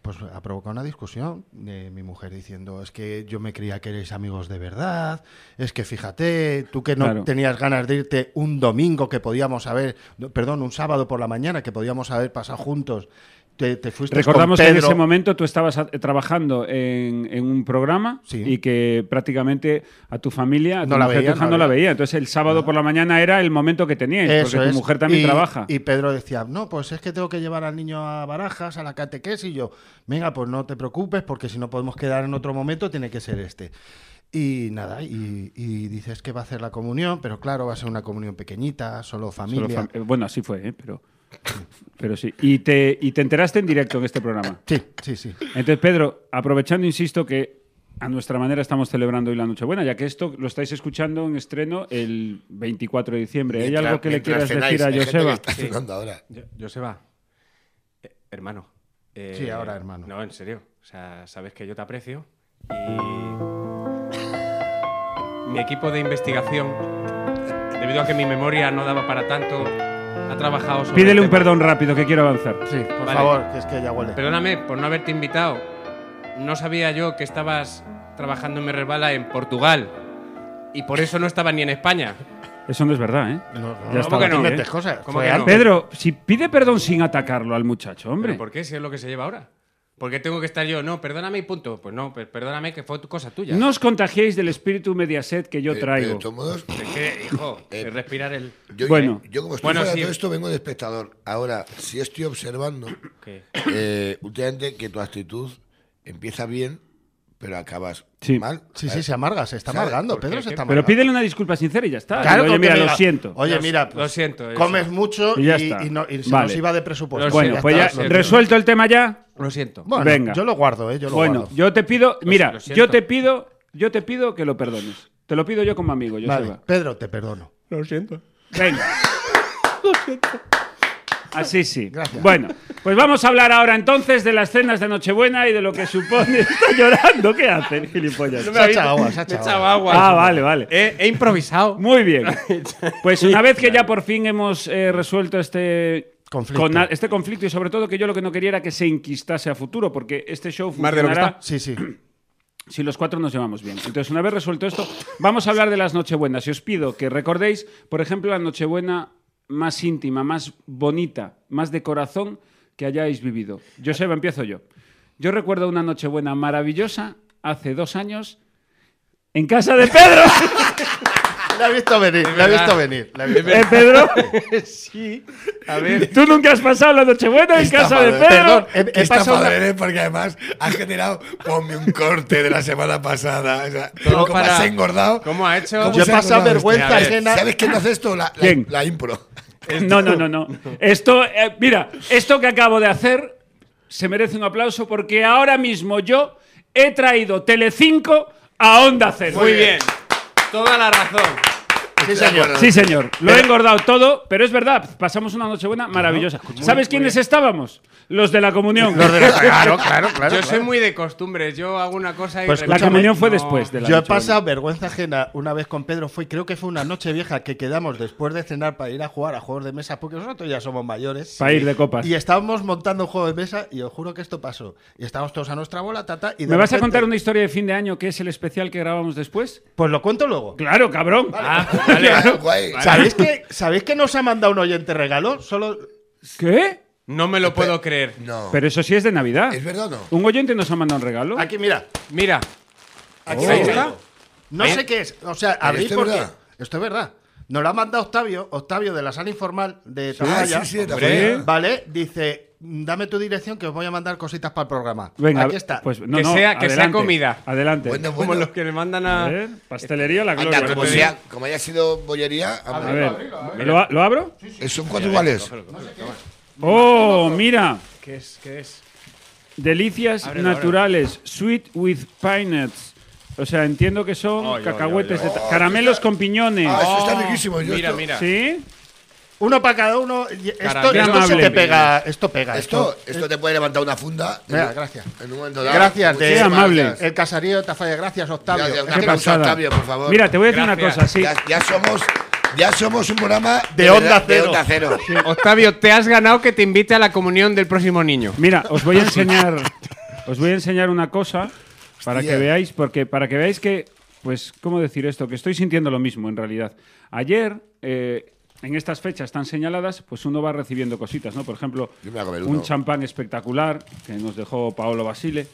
Speaker 6: Pues ha provocado una discusión de mi mujer diciendo, es que yo me creía que eres amigos de verdad, es que fíjate, tú que no
Speaker 3: Claro.
Speaker 6: tenías ganas de irte un domingo que podíamos haber, no, perdón, un sábado por la mañana que podíamos haber pasado juntos, te, te fuiste
Speaker 3: Recordamos
Speaker 6: con
Speaker 3: que en
Speaker 6: Pedro.
Speaker 3: ese momento tú estabas a- trabajando en, en un programa
Speaker 6: Sí.
Speaker 3: y que prácticamente a tu familia, a tu
Speaker 6: No la
Speaker 3: mujer, tu
Speaker 6: veía,
Speaker 3: hija
Speaker 6: no
Speaker 3: no
Speaker 6: la
Speaker 3: la veía. Entonces el sábado por la mañana era el momento que teníais,
Speaker 6: Eso
Speaker 3: porque
Speaker 6: es.
Speaker 3: tu mujer también
Speaker 6: Y-
Speaker 3: trabaja.
Speaker 6: Y Pedro decía, no, pues es que tengo que llevar al niño a Barajas, a la catequesis. Y yo, venga, pues no te preocupes, porque si no podemos quedar en otro momento, tiene que ser este. Y nada, y, y dices que va a hacer la comunión, pero claro, va a ser una comunión pequeñita, solo
Speaker 3: Solo
Speaker 6: familia.
Speaker 3: fam- eh, bueno, así fue, ¿eh? pero, pero sí. Y te, y te enteraste en directo en este programa.
Speaker 6: sí, sí, sí.
Speaker 3: Entonces, Pedro, aprovechando, insisto, que a nuestra manera estamos celebrando hoy la Nochebuena, ya que esto lo estáis escuchando en estreno el 24 de diciembre. ¿Hay
Speaker 7: Mientras-
Speaker 3: algo que le quieras
Speaker 7: mientras
Speaker 3: decir
Speaker 7: cenáis,
Speaker 3: a
Speaker 7: [laughs] hay gente que
Speaker 3: Joseba?
Speaker 7: está
Speaker 4: Está sonando ahora.
Speaker 2: Yo- Joseba, eh, hermano. eh,
Speaker 6: Sí, ahora, hermano.
Speaker 2: No, en serio. O sea, sabes que yo te aprecio y mi equipo de investigación, debido a que mi memoria no daba para tanto, ha trabajado
Speaker 3: [laughs]
Speaker 2: sobre
Speaker 3: Pídele
Speaker 2: el
Speaker 3: un
Speaker 2: tema.
Speaker 3: perdón rápido, que quiero avanzar.
Speaker 6: Sí, por
Speaker 2: Vale.
Speaker 6: favor, que es que ya huele.
Speaker 2: Perdóname por no haberte invitado. No sabía yo que estabas trabajando en Me Resbala en Portugal y por eso no estaba ni en España.
Speaker 3: Eso no es verdad, ¿eh?
Speaker 6: No, no,
Speaker 3: Ya
Speaker 6: no,
Speaker 3: está,
Speaker 6: porque
Speaker 3: ¿eh?
Speaker 6: metes cosas.
Speaker 2: ¿Cómo
Speaker 6: Fue
Speaker 2: que no?
Speaker 6: antes.
Speaker 3: Pedro, si pide perdón sin atacarlo al muchacho, hombre.
Speaker 2: ¿Pero por qué? Si es lo que se lleva ahora. Porque tengo que estar yo, no, perdóname y punto. Pues no, per- perdóname que fue tu cosa tuya.
Speaker 3: No os contagiéis del espíritu mediaset que yo
Speaker 4: Eh, pero
Speaker 3: traigo.
Speaker 4: de todos modos,
Speaker 2: Es que, hijo, es respirar el.
Speaker 4: yo,
Speaker 3: Bueno.
Speaker 4: yo como estoy
Speaker 2: Bueno,
Speaker 4: fuera de
Speaker 2: sí.
Speaker 4: todo esto, vengo de espectador. Ahora, sí estoy observando [coughs]
Speaker 2: ¿Qué?
Speaker 4: eh, últimamente que tu actitud empieza bien, pero acabas
Speaker 3: Sí.
Speaker 4: mal.
Speaker 6: Sí, sí, se amarga, se está
Speaker 4: ¿Sabes?
Speaker 6: amargando. Pedro se está amargando.
Speaker 3: Pero pídele una disculpa sincera y ya está.
Speaker 6: Claro,
Speaker 3: Oye,
Speaker 6: como
Speaker 3: mira,
Speaker 6: que
Speaker 3: lo
Speaker 6: diga,
Speaker 3: siento.
Speaker 6: Oye,
Speaker 2: Lo-
Speaker 6: mira, pues,
Speaker 2: lo siento, eso.
Speaker 6: comes mucho
Speaker 3: Y
Speaker 6: y,
Speaker 3: ya está.
Speaker 6: y no, y se
Speaker 3: Vale.
Speaker 6: nos iba de presupuesto.
Speaker 2: Lo
Speaker 3: Bueno,
Speaker 2: ya
Speaker 3: pues ya,
Speaker 2: está, lo siento.
Speaker 3: resuelto el tema ya.
Speaker 2: Lo siento.
Speaker 6: Bueno,
Speaker 3: Venga.
Speaker 6: yo lo guardo, ¿eh? Yo lo
Speaker 3: Bueno,
Speaker 6: guardo.
Speaker 3: yo te pido, mira,
Speaker 2: lo siento.
Speaker 3: yo te pido, yo te pido que lo perdones. Te lo pido yo como amigo, Joseba.
Speaker 6: Vale, Pedro, te perdono.
Speaker 2: [laughs]
Speaker 3: Venga. Así sí. Bueno, pues vamos a hablar ahora entonces de las cenas de Nochebuena y de lo que supone. [laughs] Está llorando, ¿qué hacen, gilipollas?
Speaker 6: Se ha echado agua, se ha echado agua.
Speaker 3: Ah, vale, vale.
Speaker 2: He, he improvisado.
Speaker 3: Muy bien. Pues una vez que ya por fin hemos eh, resuelto este
Speaker 6: Conflicto.
Speaker 3: con- este conflicto y sobre todo que yo lo que no quería era que se inquistase a futuro, porque este show
Speaker 2: Más de lo que
Speaker 3: funcionará
Speaker 6: Sí,
Speaker 3: [laughs]
Speaker 6: sí.
Speaker 3: si los cuatro nos llevamos bien. Entonces, una vez resuelto esto, vamos a hablar de las Nochebuenas. Y os pido que recordéis, por ejemplo, la Nochebuena más íntima, más bonita, más de corazón que hayáis vivido? Joseba, empiezo yo. Yo recuerdo una Nochebuena maravillosa hace dos años en casa de Pedro.
Speaker 6: La he visto venir, la he visto venir. la he visto
Speaker 3: ¿Eh,
Speaker 6: venir.
Speaker 3: Pedro?
Speaker 2: sí. A ver,
Speaker 3: ¿Tú nunca has pasado la Nochebuena en casa de
Speaker 4: ¿eh?
Speaker 3: Pedro?
Speaker 6: Perdón, he- he,
Speaker 4: Que está
Speaker 6: pasado una-
Speaker 4: padre, ¿eh? porque además has generado, ponme un corte de la semana pasada. O sea,
Speaker 2: Todo
Speaker 4: ¿Cómo
Speaker 2: para-
Speaker 4: has engordado?
Speaker 2: ¿Cómo ha hecho?
Speaker 4: ¿Cómo
Speaker 6: Yo he
Speaker 4: se ha
Speaker 6: pasado
Speaker 4: engordado
Speaker 6: vergüenza
Speaker 2: este? A ver,
Speaker 6: ajena.
Speaker 4: ¿Sabes quién hace esto? La, la-
Speaker 3: ¿Quién?
Speaker 4: la impro.
Speaker 3: No, no,
Speaker 6: [laughs]
Speaker 3: no, no. Esto, eh, mira, esto que acabo de hacer se merece un aplauso porque ahora mismo yo he traído Telecinco a Onda Cero.
Speaker 2: muy bien. Toda la razón.
Speaker 6: Sí,
Speaker 3: [laughs]
Speaker 6: señor.
Speaker 3: Sí, señor. Lo he engordado todo, pero es verdad. Pasamos una Nochebuena maravillosa. ¿Sabes quiénes estábamos? Los de la comunión.
Speaker 6: Los de la- Claro, claro, claro.
Speaker 2: yo
Speaker 6: claro.
Speaker 2: soy muy de costumbres. Yo hago una cosa y.
Speaker 6: Pues la
Speaker 3: La
Speaker 2: repito.
Speaker 3: comunión fue
Speaker 2: No.
Speaker 3: después de la
Speaker 6: Yo he
Speaker 3: Nochebuena.
Speaker 6: pasado vergüenza ajena una vez con Pedro. Fue, creo que fue una noche vieja que quedamos después de cenar para ir a jugar a juegos de mesa, porque nosotros ya somos mayores.
Speaker 3: Para ir de copas.
Speaker 6: Y estábamos montando un juego de mesa y os juro que esto pasó. Y estábamos todos a nuestra bola, tata. Y de
Speaker 3: ¿Me vas a
Speaker 6: repente-
Speaker 3: contar una historia de fin de año que es el especial que grabamos después?
Speaker 6: Pues lo cuento luego.
Speaker 3: Claro, cabrón.
Speaker 2: Ah, [laughs]
Speaker 4: [laughs]
Speaker 2: vale.
Speaker 4: Guay.
Speaker 6: ¿Sabéis que, ¿Sabéis que nos ha mandado un oyente regalo? Solo.
Speaker 3: ¿Qué?
Speaker 2: No me lo puedo creer.
Speaker 4: No.
Speaker 3: Pero eso sí es de Navidad.
Speaker 4: ¿Es verdad o no?
Speaker 3: Un oyente nos ha mandado un regalo.
Speaker 6: Aquí, mira.
Speaker 2: Mira,
Speaker 6: Aquí
Speaker 2: Oh.
Speaker 6: lo
Speaker 2: ¿Ahí está?
Speaker 6: tengo. No sé qué es. O sea, abrí
Speaker 4: ¿Eh? esto es
Speaker 6: porque.
Speaker 4: verdad.
Speaker 6: Esto es verdad. Nos lo ha mandado Octavio, Octavio de la sala informal de
Speaker 4: Ah,
Speaker 6: Tafalla.
Speaker 4: sí, sí, la
Speaker 2: Hombre.
Speaker 4: follada.
Speaker 6: Vale, dice, dame tu dirección que os voy a mandar cositas para el programa.
Speaker 3: Venga,
Speaker 6: aquí está.
Speaker 3: Pues, no,
Speaker 2: Que
Speaker 3: no,
Speaker 2: sea- que sea
Speaker 3: adelante,
Speaker 2: comida.
Speaker 3: Adelante.
Speaker 4: Bueno,
Speaker 2: como
Speaker 4: bueno.
Speaker 2: los que le mandan
Speaker 3: A
Speaker 2: a.
Speaker 3: ver, pastelería La Gloria.
Speaker 4: Anda, pues, como,
Speaker 2: te digo.
Speaker 4: sea- como haya sido bollería,
Speaker 3: a
Speaker 4: hombre,
Speaker 3: ver, ¿lo, a- lo abro?
Speaker 4: son cuatro iguales.
Speaker 3: Oh, mira.
Speaker 2: ¿Qué es? ¿Qué es?
Speaker 3: Delicias
Speaker 2: Ábrelo,
Speaker 3: naturales, sweet with pine nuts. O sea, entiendo que son
Speaker 2: Ay, ay,
Speaker 3: cacahuetes,
Speaker 2: ay,
Speaker 3: de ta- caramelos con piñones.
Speaker 4: Ah, eso está riquísimo. Yo
Speaker 2: Oh. mira,
Speaker 4: esto-
Speaker 2: mira.
Speaker 3: ¿Sí?
Speaker 6: Uno para cada uno. y Esto,
Speaker 2: Caramelo.
Speaker 6: esto sí
Speaker 3: Amable.
Speaker 6: que pega. Esto pega.
Speaker 4: Esto, esto te puede levantar una funda. en
Speaker 6: Mira,
Speaker 4: un-
Speaker 6: gracias.
Speaker 4: En un momento dado.
Speaker 6: Gracias, de,
Speaker 4: Muchísimas
Speaker 3: Qué amable.
Speaker 4: gracias.
Speaker 6: El caserío de Tafalla. Gracias, Octavio.
Speaker 4: Gracias,
Speaker 6: Es
Speaker 4: gracias,
Speaker 6: que
Speaker 3: Qué pasada.
Speaker 4: Octavio, por favor.
Speaker 3: Mira, te voy a decir una
Speaker 2: Gracias.
Speaker 3: cosa, sí.
Speaker 4: Ya, ya somos, ya somos un programa
Speaker 6: De Onda
Speaker 4: verdad-
Speaker 6: Cero.
Speaker 4: Onda Cero.
Speaker 2: Octavio, te has ganado que te invite a la comunión del próximo niño.
Speaker 3: Mira, os
Speaker 6: [laughs]
Speaker 3: voy a enseñar, os voy a enseñar una cosa para que
Speaker 4: Hostia.
Speaker 3: veáis, porque para que veáis que, pues, cómo decir esto, que estoy sintiendo lo mismo en realidad. Ayer, eh, en estas fechas tan señaladas, pues uno va recibiendo cositas, ¿no? Por ejemplo,
Speaker 4: Yo me voy a comer
Speaker 3: un
Speaker 4: uno.
Speaker 3: champán espectacular que nos dejó Paolo Basile.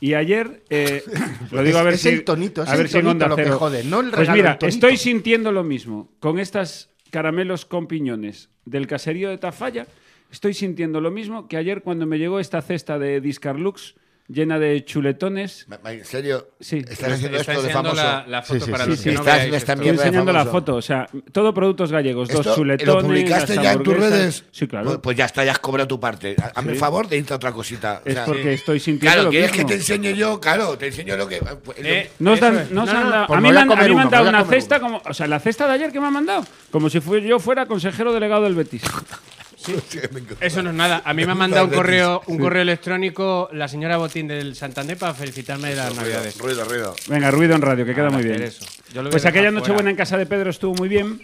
Speaker 3: Y ayer,
Speaker 6: [laughs]
Speaker 3: eh, lo digo a ver
Speaker 6: Es- es
Speaker 3: si.
Speaker 6: el tonito, es
Speaker 3: a ver
Speaker 6: el
Speaker 3: si en
Speaker 6: tonito
Speaker 3: Onda
Speaker 6: lo que
Speaker 3: Cero.
Speaker 6: jode, no el
Speaker 3: Pues
Speaker 6: regalo,
Speaker 3: mira,
Speaker 6: el tonito.
Speaker 3: estoy sintiendo lo mismo con estas caramelos con piñones del caserío de Tafalla. Estoy sintiendo lo mismo que ayer cuando me llegó esta cesta de Discarlux llena de chuletones.
Speaker 4: Ma- ma- En serio,
Speaker 3: Sí.
Speaker 4: estás haciendo
Speaker 2: Está
Speaker 4: esto de
Speaker 2: enseñando
Speaker 4: famoso.
Speaker 2: la, la foto
Speaker 6: Sí, sí,
Speaker 2: para
Speaker 6: sí,
Speaker 2: los
Speaker 6: sí.
Speaker 2: que no
Speaker 4: Estás en
Speaker 2: veáis Eh, esto.
Speaker 4: esta
Speaker 3: Estoy
Speaker 4: mierda de
Speaker 3: enseñando la
Speaker 4: famoso.
Speaker 3: foto, o sea, todo productos gallegos,
Speaker 4: Esto,
Speaker 3: dos chuletones.
Speaker 4: ¿Lo publicaste
Speaker 3: las
Speaker 4: ya en tus
Speaker 3: hamburguesas.
Speaker 4: redes?
Speaker 3: Sí, claro.
Speaker 4: Pues, pues ya está, ya has cobrado tu parte. Ha- Hazme el favor de irte a otra cosita. O
Speaker 3: es
Speaker 4: sea,
Speaker 3: porque estoy sintiendo
Speaker 4: Claro,
Speaker 3: lo
Speaker 4: ¿quieres que
Speaker 3: mismo.
Speaker 4: te enseñe yo? Claro, te enseño lo que. pues,
Speaker 2: Eh,
Speaker 3: Nos
Speaker 2: eso
Speaker 3: dan-
Speaker 2: es.
Speaker 3: nos
Speaker 2: No,
Speaker 3: han
Speaker 2: no,
Speaker 3: dado-
Speaker 6: pues
Speaker 3: a
Speaker 6: me
Speaker 3: mí
Speaker 6: voy
Speaker 3: me
Speaker 6: a
Speaker 3: han, a
Speaker 6: comer
Speaker 3: mí me han
Speaker 6: uno,
Speaker 3: dado
Speaker 6: me voy a
Speaker 3: una
Speaker 6: comer
Speaker 3: cesta como. O sea, la cesta de ayer que me han mandado. Como si fue- yo fuera consejero delegado del Betis.
Speaker 4: [laughs]
Speaker 2: Eso no es nada. A mí me ha mandado un correo, un correo electrónico la señora Botín del Santander para felicitarme de las navidades.
Speaker 4: Ruido, ruido.
Speaker 3: Venga, ruido en radio, que queda muy bien.
Speaker 2: hacer eso. Yo lo voy
Speaker 3: Pues
Speaker 2: a dejar
Speaker 3: aquella
Speaker 2: fuera.
Speaker 3: Nochebuena en casa de Pedro estuvo muy bien.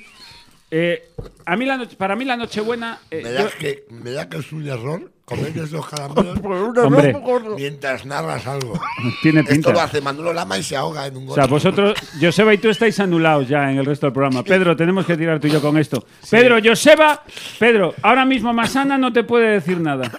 Speaker 3: Eh, a mí la noche- para mí la Nochebuena. eh,
Speaker 4: Me
Speaker 3: yo-
Speaker 4: da, que, me da que es un error
Speaker 3: [laughs]
Speaker 4: comer esos caramelos
Speaker 3: hombre,
Speaker 4: mientras narras algo.
Speaker 3: tiene
Speaker 4: Esto
Speaker 3: [laughs]
Speaker 4: lo
Speaker 3: pinta.
Speaker 4: hace Manolo Lama y se ahoga en un
Speaker 3: O
Speaker 4: gol.
Speaker 3: sea, vosotros, Joseba y tú estáis anulados ya en el resto del programa. Pedro, tenemos que tirar tú y yo con esto. Pedro, Joseba, Pedro, ahora mismo Masana no te puede decir nada.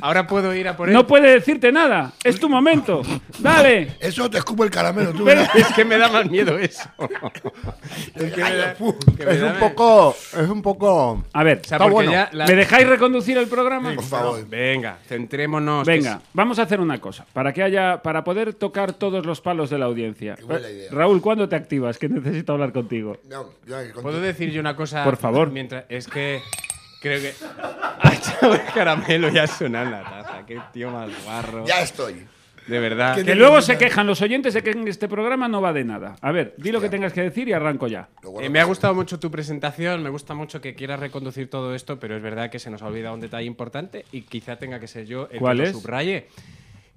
Speaker 2: Ahora puedo ir a por él.
Speaker 3: No puede decirte nada. Es tu momento. Dale.
Speaker 4: Eso te escupo el caramelo, tú.
Speaker 3: Pero-
Speaker 2: [laughs] es que me da más miedo
Speaker 4: [laughs]
Speaker 2: eso.
Speaker 4: ¿verdad?
Speaker 2: que me da-
Speaker 4: Fu.
Speaker 2: que me
Speaker 6: Es
Speaker 2: da-
Speaker 6: un poco. Es un poco.
Speaker 3: A ver,
Speaker 2: O sea,
Speaker 6: Está
Speaker 2: porque
Speaker 6: bueno.
Speaker 2: ya la-
Speaker 3: ¿me dejáis reconducir el programa?
Speaker 4: [laughs] Por favor.
Speaker 2: Venga, centrémonos.
Speaker 3: Venga, vamos a hacer una cosa para que haya, para poder tocar todos los palos de la audiencia.
Speaker 4: buena idea.
Speaker 3: Raúl, ¿cuándo te activas? Que necesito hablar contigo.
Speaker 4: No, ya, con-
Speaker 3: Pues
Speaker 2: ¿Puedo decir yo una cosa?
Speaker 3: Por favor.
Speaker 2: Mientras, es que creo que [laughs] ha echado el caramelo ya suena en la taza. Qué tío más guarro.
Speaker 4: ya estoy.
Speaker 2: De verdad.
Speaker 4: Que
Speaker 3: Que luego se quejan los oyentes de que en este programa no va de nada. A ver, di lo que tengas que decir y arranco ya.
Speaker 2: Eh,
Speaker 4: Lo guardo.
Speaker 2: me ha gustado mucho tu presentación, me gusta mucho que quieras reconducir todo esto, pero es verdad que se nos ha olvidado un detalle importante y quizá tenga que ser yo el
Speaker 3: ¿Cuál
Speaker 2: que lo
Speaker 3: es?
Speaker 2: subraye.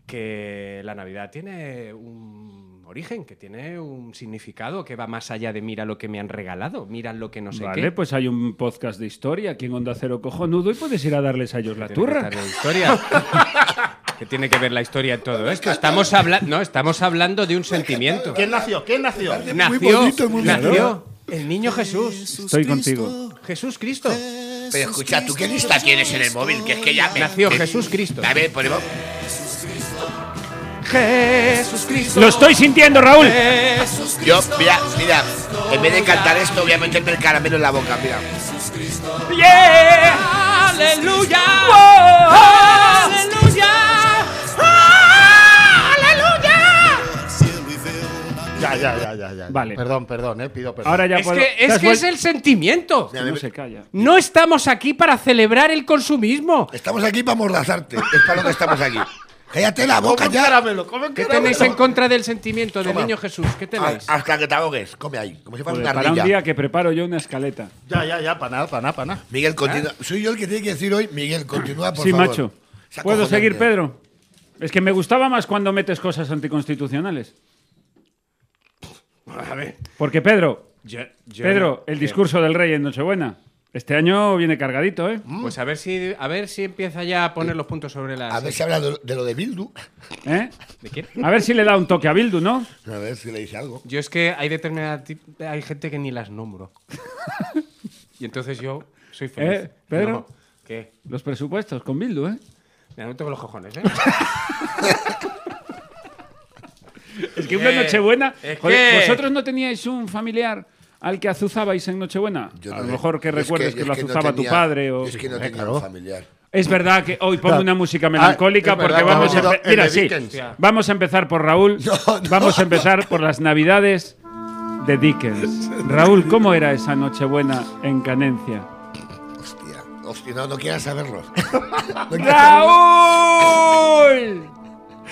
Speaker 2: Que la Navidad tiene un origen, que tiene un significado que va más allá de mira lo que me han regalado, mira lo que no sé
Speaker 3: vale,
Speaker 2: qué.
Speaker 3: pues hay un podcast de historia aquí en Onda Cero Cojonudo y puedes ir a darles a ellos la
Speaker 2: Tiene que
Speaker 3: turra.
Speaker 2: estar la
Speaker 3: [laughs]
Speaker 2: historia. ¿Qué tiene que ver la historia en todo esto? Estamos, habla- no, estamos hablando de un sentimiento.
Speaker 6: ¿Quién nació? ¿Quién nació?
Speaker 4: Muy
Speaker 2: Nació,
Speaker 4: bonito, muy
Speaker 2: nació
Speaker 4: bonito.
Speaker 2: el niño Jesús.
Speaker 3: Estoy contigo.
Speaker 2: Jesús Cristo.
Speaker 7: Pero escucha, ¿tú qué lista tienes en el móvil? Que es que ya me.
Speaker 2: Nació
Speaker 7: que-
Speaker 2: Jesús Cristo.
Speaker 7: A ver, ponemos.
Speaker 2: Jesús Cristo.
Speaker 3: Lo estoy sintiendo, Raúl.
Speaker 4: Eh,
Speaker 7: Yo, mira, mira, en vez de cantar esto, voy a meterme el caramelo en la boca, mira.
Speaker 2: Yeah, aleluya.
Speaker 6: Ya, ya, ya, ya, ya.
Speaker 3: Vale.
Speaker 6: Perdón, perdón, eh, pido perdón.
Speaker 3: Ahora ya
Speaker 2: Es
Speaker 3: puedo.
Speaker 2: que, es,
Speaker 6: has
Speaker 2: que es
Speaker 6: vuel-
Speaker 2: el sentimiento.
Speaker 3: No se calla.
Speaker 2: No estamos aquí para celebrar el consumismo.
Speaker 4: Estamos aquí para mordazarte.
Speaker 7: Es para lo que
Speaker 3: [laughs]
Speaker 7: estamos aquí.
Speaker 4: Cállate la boca
Speaker 6: Come un
Speaker 4: ya.
Speaker 6: caramelo, come un
Speaker 2: ¿Qué
Speaker 6: caramelo.
Speaker 2: tenéis en contra del sentimiento del
Speaker 7: Toma. Ah,
Speaker 2: niño Jesús? ¿Qué
Speaker 4: Ah,
Speaker 2: tenéis?
Speaker 7: A- Hasta que te ahogues, come ahí, como si fuera
Speaker 3: Joder,
Speaker 7: una
Speaker 3: Pues para un
Speaker 7: ardilla.
Speaker 3: día que preparo yo una escaleta.
Speaker 6: Ya, ya, ya, para nada, para nada, para nada.
Speaker 7: Miguel, continúa.
Speaker 4: Soy yo el que tiene que decir hoy, Miguel, continúa, por
Speaker 3: ¿Eh? sí,
Speaker 4: favor.
Speaker 3: macho.
Speaker 4: Se
Speaker 3: ¿Puedo
Speaker 4: acojonante.
Speaker 3: seguir, Pedro? Es que me gustaba más cuando metes cosas anticonstitucionales.
Speaker 2: A ver.
Speaker 3: Porque, Pedro,
Speaker 2: yo- yo
Speaker 3: Pedro,
Speaker 2: no-
Speaker 4: eh.
Speaker 3: el discurso del rey en Nochebuena. Este año viene cargadito, ¿eh?
Speaker 2: Pues a ver si a ver si empieza ya a poner los puntos sobre las.
Speaker 4: A ver si habla de, de lo de Bildu.
Speaker 3: ¿Eh?
Speaker 2: ¿De quién?
Speaker 3: A ver si le da un toque a Bildu, ¿no?
Speaker 4: A ver si le dice algo.
Speaker 2: Yo es que hay determinada ti- hay gente que ni las nombro. y entonces yo soy feliz.
Speaker 3: ¿Eh, Pedro?
Speaker 2: No, ¿Qué?
Speaker 3: Los presupuestos con Bildu, ¿eh?
Speaker 2: Me anoto con los cojones, ¿eh?
Speaker 3: Es que una
Speaker 2: Eh,
Speaker 3: Nochebuena.
Speaker 2: es
Speaker 3: joder,
Speaker 2: que-
Speaker 3: ¿Vosotros no teníais un familiar al que azuzabais en Nochebuena?
Speaker 4: Yo
Speaker 3: a
Speaker 4: no
Speaker 3: lo
Speaker 4: sé.
Speaker 3: mejor que
Speaker 4: Yo es
Speaker 3: recuerdes que,
Speaker 4: yo
Speaker 3: lo
Speaker 4: es no
Speaker 3: azuzaba
Speaker 4: tenía-
Speaker 3: tu padre o.
Speaker 4: yo Es que no tenía un familiar.
Speaker 3: Es verdad que hoy pongo
Speaker 8: Claro.
Speaker 3: una música melancólica
Speaker 6: Ah, es
Speaker 3: porque
Speaker 6: verdad,
Speaker 3: vamos a
Speaker 6: estamos
Speaker 3: empe-
Speaker 6: en
Speaker 3: Mira,
Speaker 6: The
Speaker 3: sí.
Speaker 6: Dickens.
Speaker 3: Vamos a empezar por Raúl.
Speaker 4: No, no.
Speaker 3: Vamos a empezar por las Navidades de Dickens. Raúl, ¿cómo era esa Nochebuena en Canencia?
Speaker 4: Hostia. Hostia, no, no
Speaker 3: [laughs]
Speaker 4: quieras saberlo. No quieras
Speaker 3: ¡Raúl!
Speaker 4: saberlo.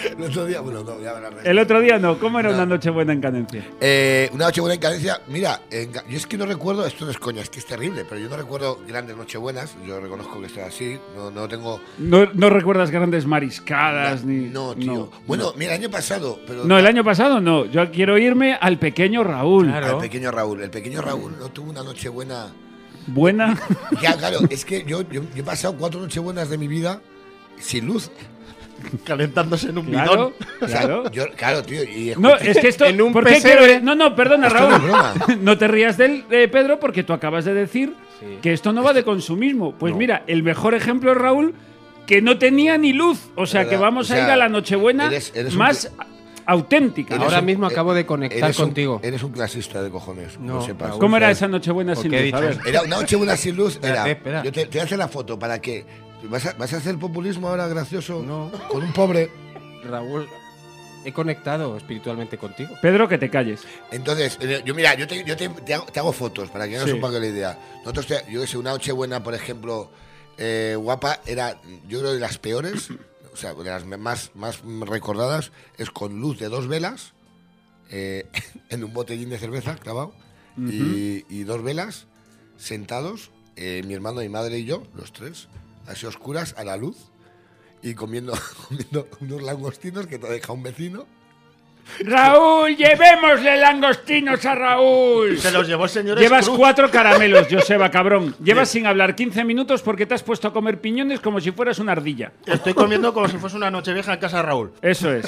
Speaker 4: El otro día, bueno, no, voy a hablar de
Speaker 3: El
Speaker 4: esto.
Speaker 3: otro día no. ¿Cómo era una Nochebuena en Canencia?
Speaker 4: Eh, una Nochebuena en Cadencia. Mira, en Ga- yo es que no recuerdo, esto no es coña, es que es terrible, pero yo no recuerdo grandes Nochebuenas. Yo reconozco que esto es así. No, no tengo.
Speaker 3: No, no recuerdas grandes mariscadas ni.
Speaker 4: No, tío. bueno, mira, el año pasado, pero.
Speaker 3: No, el año pasado no. Yo quiero irme al pequeño Raúl.
Speaker 2: Claro.
Speaker 4: El pequeño Raúl, el pequeño Raúl no tuvo una Nochebuena.
Speaker 3: Buena.
Speaker 4: Ya, claro, es que yo, yo, yo he pasado cuatro Nochebuenas de mi vida sin luz.
Speaker 6: Calentándose en un
Speaker 3: Claro.
Speaker 6: bidón.
Speaker 4: O sea,
Speaker 3: claro.
Speaker 4: yo- claro, tío. Y
Speaker 3: No, es
Speaker 4: [laughs]
Speaker 3: que esto.
Speaker 2: En un
Speaker 3: ¿por qué
Speaker 2: pesebre.
Speaker 3: quiero- No, no, perdona,
Speaker 4: Esto no es
Speaker 3: Raúl.
Speaker 4: broma.
Speaker 3: [laughs] No te rías de él, eh, Pedro, porque tú acabas de decir
Speaker 2: Sí.
Speaker 3: que esto no va de consumismo. Pues mira, el mejor ejemplo es Raúl, que no tenía ni luz. O sea,
Speaker 4: Verdad,
Speaker 3: que vamos
Speaker 4: o sea,
Speaker 3: a ir a la Nochebuena
Speaker 4: eres- eres un
Speaker 3: más a- auténtica.
Speaker 4: Eres
Speaker 2: Ahora
Speaker 4: un-
Speaker 2: mismo
Speaker 4: eh,
Speaker 2: acabo de conectar
Speaker 4: eres un-
Speaker 2: contigo.
Speaker 4: eres un clasista de cojones, no,
Speaker 2: No,
Speaker 4: sepas.
Speaker 2: Raúl.
Speaker 3: ¿Cómo era
Speaker 2: Raúl.
Speaker 3: esa Nochebuena
Speaker 2: ¿Por
Speaker 3: sin
Speaker 2: qué he
Speaker 3: luz? A
Speaker 2: dicho
Speaker 3: ver.
Speaker 2: eso?
Speaker 4: Era una Nochebuena sin luz. Era,
Speaker 2: Espérate, espera.
Speaker 4: Yo te, te voy a hacer la foto para que. ¿Vas a, vas a hacer populismo ahora gracioso?
Speaker 2: No.
Speaker 4: Con un pobre.
Speaker 2: Raúl, he conectado espiritualmente contigo.
Speaker 3: Pedro, que te calles.
Speaker 4: Entonces, eh, yo mira, yo te, yo te, te hago, te hago fotos para que hagas
Speaker 3: Sí.
Speaker 4: un poco la idea. Nosotros, te- yo que sé, una Nochebuena, por ejemplo, eh, guapa, era, yo creo, de las peores, o sea, de las más, más recordadas, es con luz de dos velas, eh, [laughs] en un botellín de cerveza clavado, y, y dos velas, sentados, eh, mi hermano, mi madre y yo, los tres, así oscuras, a la luz, y comiendo, [laughs] comiendo unos langostinos que te deja un vecino.
Speaker 3: Raúl, llevémosle langostinos a Raúl.
Speaker 6: Se los llevó señores
Speaker 3: Llevas
Speaker 6: Cruz.
Speaker 3: cuatro caramelos, Joseba,
Speaker 4: [laughs]
Speaker 3: cabrón. Llevas sin hablar 15 minutos porque te has puesto a comer piñones como si fueras una ardilla.
Speaker 6: Estoy comiendo como si fuese una noche vieja en casa de Raúl.
Speaker 3: Eso es.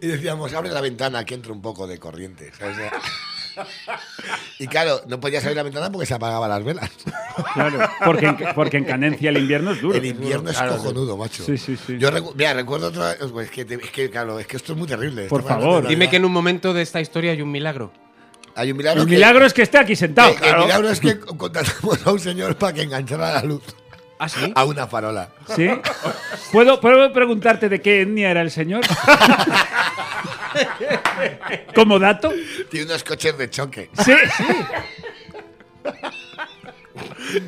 Speaker 4: Y decíamos, abre la ventana, que entra un poco de corriente. ¿sabes? [laughs] O sea, y claro, no podías abrir la ventana porque se apagaban las velas.
Speaker 3: Claro. Porque en, porque en Canencia el invierno es duro.
Speaker 4: El invierno es cojonudo, macho.
Speaker 3: Sí, sí, sí.
Speaker 4: Yo recu- mira, recuerdo otra. pues, es, que te- es que, claro, es que esto es muy terrible.
Speaker 3: Por
Speaker 4: Estamos
Speaker 3: favor.
Speaker 4: hablando de
Speaker 2: Dime que en
Speaker 4: Navidad.
Speaker 2: un momento de esta historia hay un milagro.
Speaker 4: Hay un milagro.
Speaker 3: El
Speaker 4: que-
Speaker 3: milagro es que esté aquí sentado.
Speaker 4: que-
Speaker 3: claro.
Speaker 4: El milagro es que [laughs] contratamos a un señor para que enganchara la luz
Speaker 2: ¿Ah, sí?
Speaker 4: a una farola.
Speaker 3: ¿Sí? ¿Puedo, ¿Puedo preguntarte de qué etnia era el señor? ¿Como dato?
Speaker 4: Tiene unos coches de choque.
Speaker 3: Sí.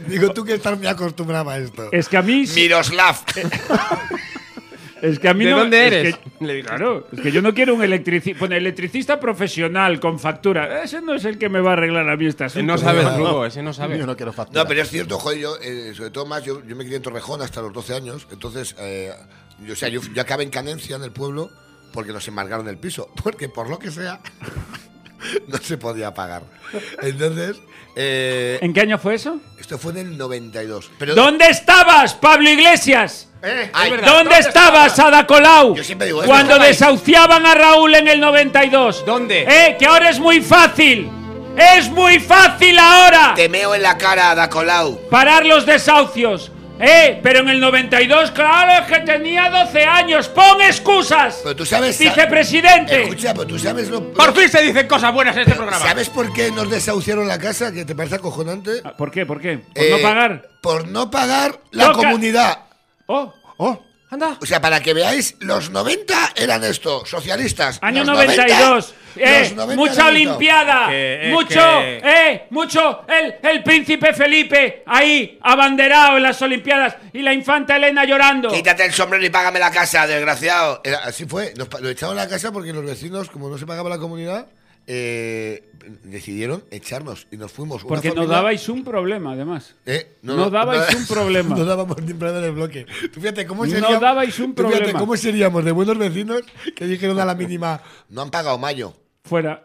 Speaker 4: Digo, tú que estás muy acostumbrado a esto.
Speaker 3: Es que a mí.
Speaker 7: Miroslav.
Speaker 3: Es que a mí
Speaker 2: ¿De
Speaker 3: no-
Speaker 2: dónde
Speaker 3: es
Speaker 2: eres?
Speaker 3: que-
Speaker 2: Le digo.
Speaker 3: claro, es que yo no quiero un electricista. Bueno, electricista profesional con factura. Ese no es el que me va a arreglar a mí esta
Speaker 2: Ese Eh, no sabe, Lugo, ese no sabe.
Speaker 6: Yo no quiero factura.
Speaker 4: No, Ah, pero es cierto, joder, yo, eh, sobre todo más, yo, yo me crié en Torrejón hasta los 12 años, entonces, eh, yo, o sea, yo, yo acabé en Canencia, en el pueblo, porque nos embargaron el piso, [laughs] porque por lo que sea, [laughs] no se podía pagar. Entonces, eh,
Speaker 3: ¿En qué año fue eso?
Speaker 4: esto fue en el 92. Pero,
Speaker 3: ¿Dónde estabas, Pablo Iglesias?
Speaker 4: Ay,
Speaker 3: ¿Dónde, estabas, Ada Colau?
Speaker 4: Yo siempre digo eso.
Speaker 3: Cuando
Speaker 4: ¿Dónde
Speaker 3: desahuciaban a Raúl en el 92.
Speaker 2: ¿Dónde?
Speaker 3: ¡Eh! Que ahora es muy fácil. Es muy fácil ahora
Speaker 7: Te meo en la cara, Dacolau.
Speaker 3: parar los desahucios. Eh, pero en el 92, claro, es que tenía 12 años. Pon excusas.
Speaker 7: Pero tú sabes-
Speaker 3: Vicepresidente.
Speaker 4: Escucha, pero tú sabes lo.
Speaker 2: Por fin se dicen cosas buenas en este programa.
Speaker 4: ¿Sabes por qué nos desahuciaron la casa? Que te parece acojonante.
Speaker 3: Ah, ¿Por qué? ¿Por qué? ¿Por
Speaker 4: Eh,
Speaker 3: no pagar?
Speaker 4: Por no pagar la
Speaker 3: Toca-
Speaker 4: comunidad.
Speaker 3: Oh,
Speaker 6: Oh,
Speaker 2: Anda.
Speaker 4: O sea, para que veáis, los 90 eran esto, socialistas.
Speaker 3: año
Speaker 4: Los
Speaker 3: 92.
Speaker 4: 90,
Speaker 3: eh,
Speaker 4: los 90
Speaker 3: mucha
Speaker 4: eran esto.
Speaker 3: olimpiada.
Speaker 2: Que es
Speaker 3: mucho,
Speaker 2: que-
Speaker 3: eh, mucho. El, el príncipe Felipe ahí, abanderado en las olimpiadas. Y la infanta Elena llorando.
Speaker 7: Quítate el sombrero y págame la casa, desgraciado.
Speaker 4: Era- así fue, nos pa- lo echaron a la casa porque los vecinos, como no se pagaba la comunidad, eh, decidieron echarnos y nos fuimos. Una
Speaker 3: Porque nos
Speaker 4: familia-
Speaker 3: dabais un problema, además.
Speaker 4: Eh,
Speaker 3: no dabais un problema.
Speaker 4: [laughs] No dábamos ni un problema en el bloque. Tú fíjate cómo
Speaker 3: No
Speaker 4: seríamos.
Speaker 3: dabais un
Speaker 4: tú fíjate
Speaker 3: problema.
Speaker 4: cómo seríamos de buenos vecinos que dijeron a la mínima.
Speaker 7: No han pagado mayo.
Speaker 3: Fuera.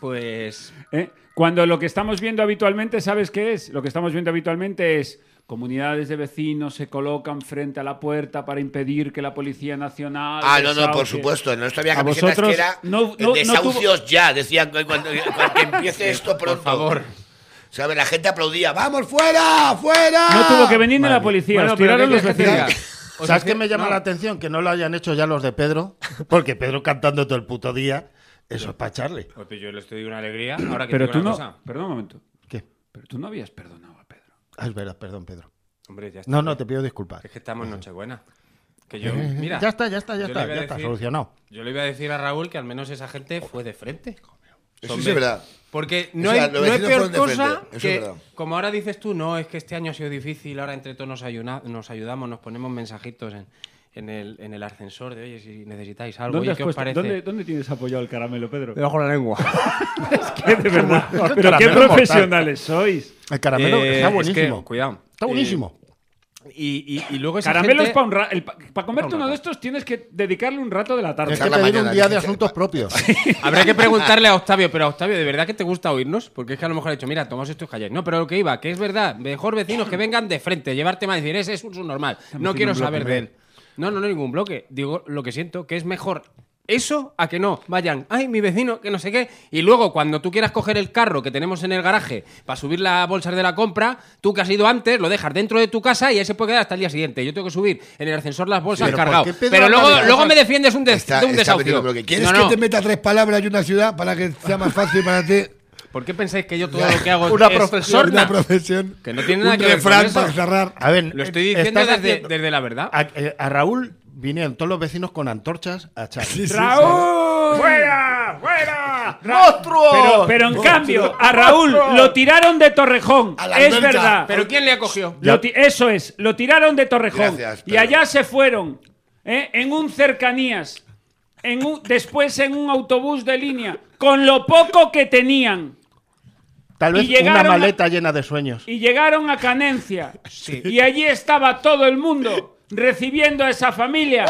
Speaker 2: Pues.
Speaker 3: ¿eh? Cuando lo que estamos viendo habitualmente, ¿sabes qué es? Lo que estamos viendo habitualmente es comunidades de vecinos se colocan frente a la puerta para impedir que la Policía Nacional.
Speaker 7: Ah, no, no, por
Speaker 3: desahucie.
Speaker 7: supuesto. En nuestra había
Speaker 3: A
Speaker 7: camisetas
Speaker 3: vosotros
Speaker 7: que era
Speaker 3: no- no-
Speaker 7: eh,
Speaker 3: no tuvo-
Speaker 7: desahucios ya. Decían cuando, cuando- cuando empiece esto pronto.
Speaker 2: Por favor.
Speaker 7: ¿Sabes? La gente aplaudía. ¡Vamos!
Speaker 4: ¡Vamos fuera! ¡Fuera!
Speaker 3: No tuvo que venir ni la policía,
Speaker 2: Bueno,
Speaker 3: os
Speaker 2: pero
Speaker 3: tiraron
Speaker 2: ¿qué
Speaker 3: los
Speaker 2: quieres que te
Speaker 3: vecinos.
Speaker 2: diga? O sea,
Speaker 6: ¿Sabes qué me llama
Speaker 2: no.
Speaker 6: la atención? Que no lo hayan hecho ya los de Pedro, porque Pedro cantando todo el puto día, eso es para echarle.
Speaker 2: Pues yo le estoy dando una alegría. Ahora que
Speaker 3: Pero
Speaker 2: te digo
Speaker 3: tú
Speaker 2: una
Speaker 3: no.
Speaker 2: cosa.
Speaker 3: Perdón un momento.
Speaker 6: ¿Qué?
Speaker 3: Pero tú no habías perdonado a Pedro.
Speaker 6: Ah, es verdad, perdón, Pedro.
Speaker 2: Hombre, ya está.
Speaker 6: No, no, te pido disculpas.
Speaker 2: Es que estamos en Nochebuena. Que yo. Mira.
Speaker 6: ya está, ya está, ya
Speaker 2: yo le
Speaker 6: está,
Speaker 2: iba a
Speaker 6: ya está,
Speaker 2: decir-
Speaker 6: solucionado.
Speaker 2: Yo le iba a decir a Raúl que al menos esa gente fue de frente.
Speaker 4: Eso sí
Speaker 2: Hombre,
Speaker 4: es verdad.
Speaker 2: Porque no,
Speaker 4: O sea,
Speaker 2: hay,
Speaker 4: los
Speaker 2: no hay
Speaker 4: vecinos
Speaker 2: peor
Speaker 4: fueron de frente,
Speaker 2: cosa
Speaker 4: eso es
Speaker 2: que,
Speaker 4: verdad.
Speaker 2: como ahora dices tú, no, es que este año ha sido difícil, ahora entre todos nos, ayuna- nos ayudamos, nos ponemos mensajitos en, en el, en el ascensor de, oye, si necesitáis algo,
Speaker 3: ¿Dónde,
Speaker 2: oye,
Speaker 3: has
Speaker 2: ¿qué os
Speaker 3: puesto-
Speaker 2: parece?
Speaker 3: dónde- dónde tienes apoyado el caramelo, Pedro?
Speaker 2: Debajo la lengua. [laughs]
Speaker 3: [laughs] ¿Qué de verdad? Pero qué
Speaker 6: Caramelo mortal.
Speaker 3: profesionales sois.
Speaker 6: El caramelo
Speaker 2: Eh,
Speaker 6: está
Speaker 2: es que,
Speaker 6: buenísimo.
Speaker 2: cuidado. Eh,
Speaker 6: Está buenísimo.
Speaker 2: Y, y- y luego esa
Speaker 3: Caramelos
Speaker 2: gente-
Speaker 3: para un ra- el pa- para comerte
Speaker 2: Pa' un
Speaker 3: uno de
Speaker 2: rato.
Speaker 3: estos tienes que dedicarle un rato de la tarde.
Speaker 6: Tienes
Speaker 4: Por
Speaker 6: que
Speaker 4: la
Speaker 6: pedir
Speaker 4: mañana,
Speaker 6: un día de
Speaker 4: dices,
Speaker 6: asuntos
Speaker 2: [laughs]
Speaker 6: propios.
Speaker 2: Habrá que preguntarle a Octavio, pero Octavio, ¿de verdad que te gusta oírnos? Porque es que a lo mejor ha dicho, mira, tomaos esto y calláis. No, pero lo que iba, que es verdad, mejor vecinos que vengan de frente, llevarte más, decir, ese es un subnormal, no quiero saber de él. No, no, no, ningún bloque. Digo lo que siento, que es mejor eso a que no vayan, ay, mi vecino, que no sé qué. Y luego, cuando tú quieras coger el carro que tenemos en el garaje para subir las bolsas de la compra, tú que has ido antes, lo dejas dentro de tu casa y ahí se puede quedar hasta el día siguiente. Yo tengo que subir en el ascensor las bolsas
Speaker 6: Pero ¿por
Speaker 2: cargado.
Speaker 6: qué Pedro
Speaker 2: Pero
Speaker 6: habla
Speaker 2: luego,
Speaker 6: de
Speaker 2: luego
Speaker 6: cosas?
Speaker 2: me defiendes un, des-
Speaker 4: Está-
Speaker 2: de un
Speaker 4: está metiendo
Speaker 2: desahucio.
Speaker 4: bloque. ¿Quieres
Speaker 2: No, no.
Speaker 4: que te meta tres palabras y una ciudad para que sea más fácil para ti?
Speaker 2: ¿Por qué pensáis que yo todo lo que hago
Speaker 6: Una
Speaker 2: es
Speaker 6: profesión,
Speaker 2: sorna?
Speaker 4: Una profesión.
Speaker 2: Que no tiene nada
Speaker 4: un
Speaker 2: que ver con
Speaker 4: refrán
Speaker 2: eso.
Speaker 4: para cerrar.
Speaker 6: A ver,
Speaker 2: Lo estoy diciendo
Speaker 6: estás
Speaker 2: desde,
Speaker 6: haciendo-
Speaker 2: desde la verdad.
Speaker 6: A, eh, a Raúl vinieron todos los vecinos con antorchas a echar.
Speaker 3: ¡Raúl! ¡Fuera! Oh, ¡Fuera!
Speaker 6: ¡Monstruos!
Speaker 3: Pero, pero
Speaker 6: Oh,
Speaker 3: en cambio, a Raúl lo tiraron de Torrejón.
Speaker 4: A la
Speaker 3: Es
Speaker 4: alberca.
Speaker 3: verdad.
Speaker 2: ¿Pero quién le acogió?
Speaker 3: Lo ti- eso es, lo tiraron de Torrejón.
Speaker 4: Gracias,
Speaker 3: y
Speaker 4: Pedro.
Speaker 3: allá se fueron, ¿eh? en un cercanías, en un- después en un autobús de línea, con lo poco que tenían.
Speaker 6: Tal
Speaker 3: Y
Speaker 6: vez una
Speaker 3: llegaron a-
Speaker 6: maleta llena de sueños.
Speaker 3: Y llegaron a Canencia. Y allí estaba todo el mundo recibiendo a esa familia.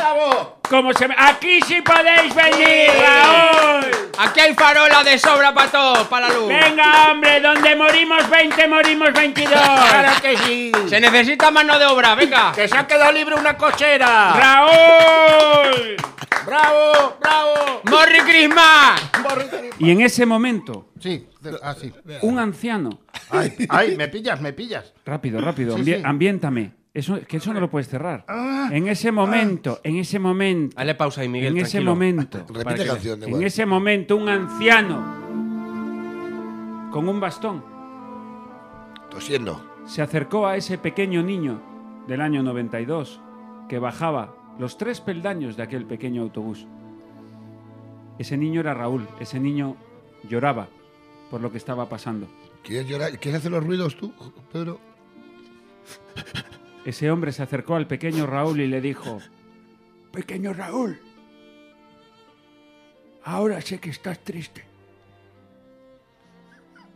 Speaker 3: Como se me- Aquí sí podéis venir, Raúl.
Speaker 2: Aquí hay farola de sobra para todo, para la luz.
Speaker 3: Venga, hombre, donde morimos 20, morimos 22.
Speaker 6: que sí!
Speaker 2: Se necesita mano de obra, venga.
Speaker 3: [laughs]
Speaker 6: ¡Que se ha quedado libre una cochera!
Speaker 3: Raúl.
Speaker 6: ¡Bravo! ¡Bravo!
Speaker 2: ¡Morri Christmas!
Speaker 3: Y en ese momento,
Speaker 6: Sí, de- así.
Speaker 3: un anciano.
Speaker 6: Ay, ay, me pillas, me pillas.
Speaker 3: Rápido, rápido,
Speaker 6: Sí,
Speaker 3: ambie-
Speaker 6: sí. Ah.
Speaker 3: ambiéntame. Eso, que eso no lo puedes cerrar. En ese momento, en ese momento,
Speaker 2: Dale pausa ahí,
Speaker 3: en
Speaker 2: Miguel,
Speaker 3: ese
Speaker 2: tranquilo.
Speaker 3: momento,
Speaker 2: Para
Speaker 4: Repite
Speaker 2: que-
Speaker 4: canción de
Speaker 3: en
Speaker 4: Guadalupe.
Speaker 3: ese momento, un anciano con un bastón
Speaker 4: Tosiendo.
Speaker 3: se acercó a ese pequeño niño del año 92 que bajaba los tres peldaños de aquel pequeño autobús. Ese niño era Raúl, ese niño lloraba por lo que estaba pasando.
Speaker 4: ¿Quieres llorar? ¿Quieres hacer los ruidos tú, Pedro?
Speaker 3: Ese hombre se acercó al pequeño Raúl y le dijo, Pequeño Raúl, ahora sé que estás triste.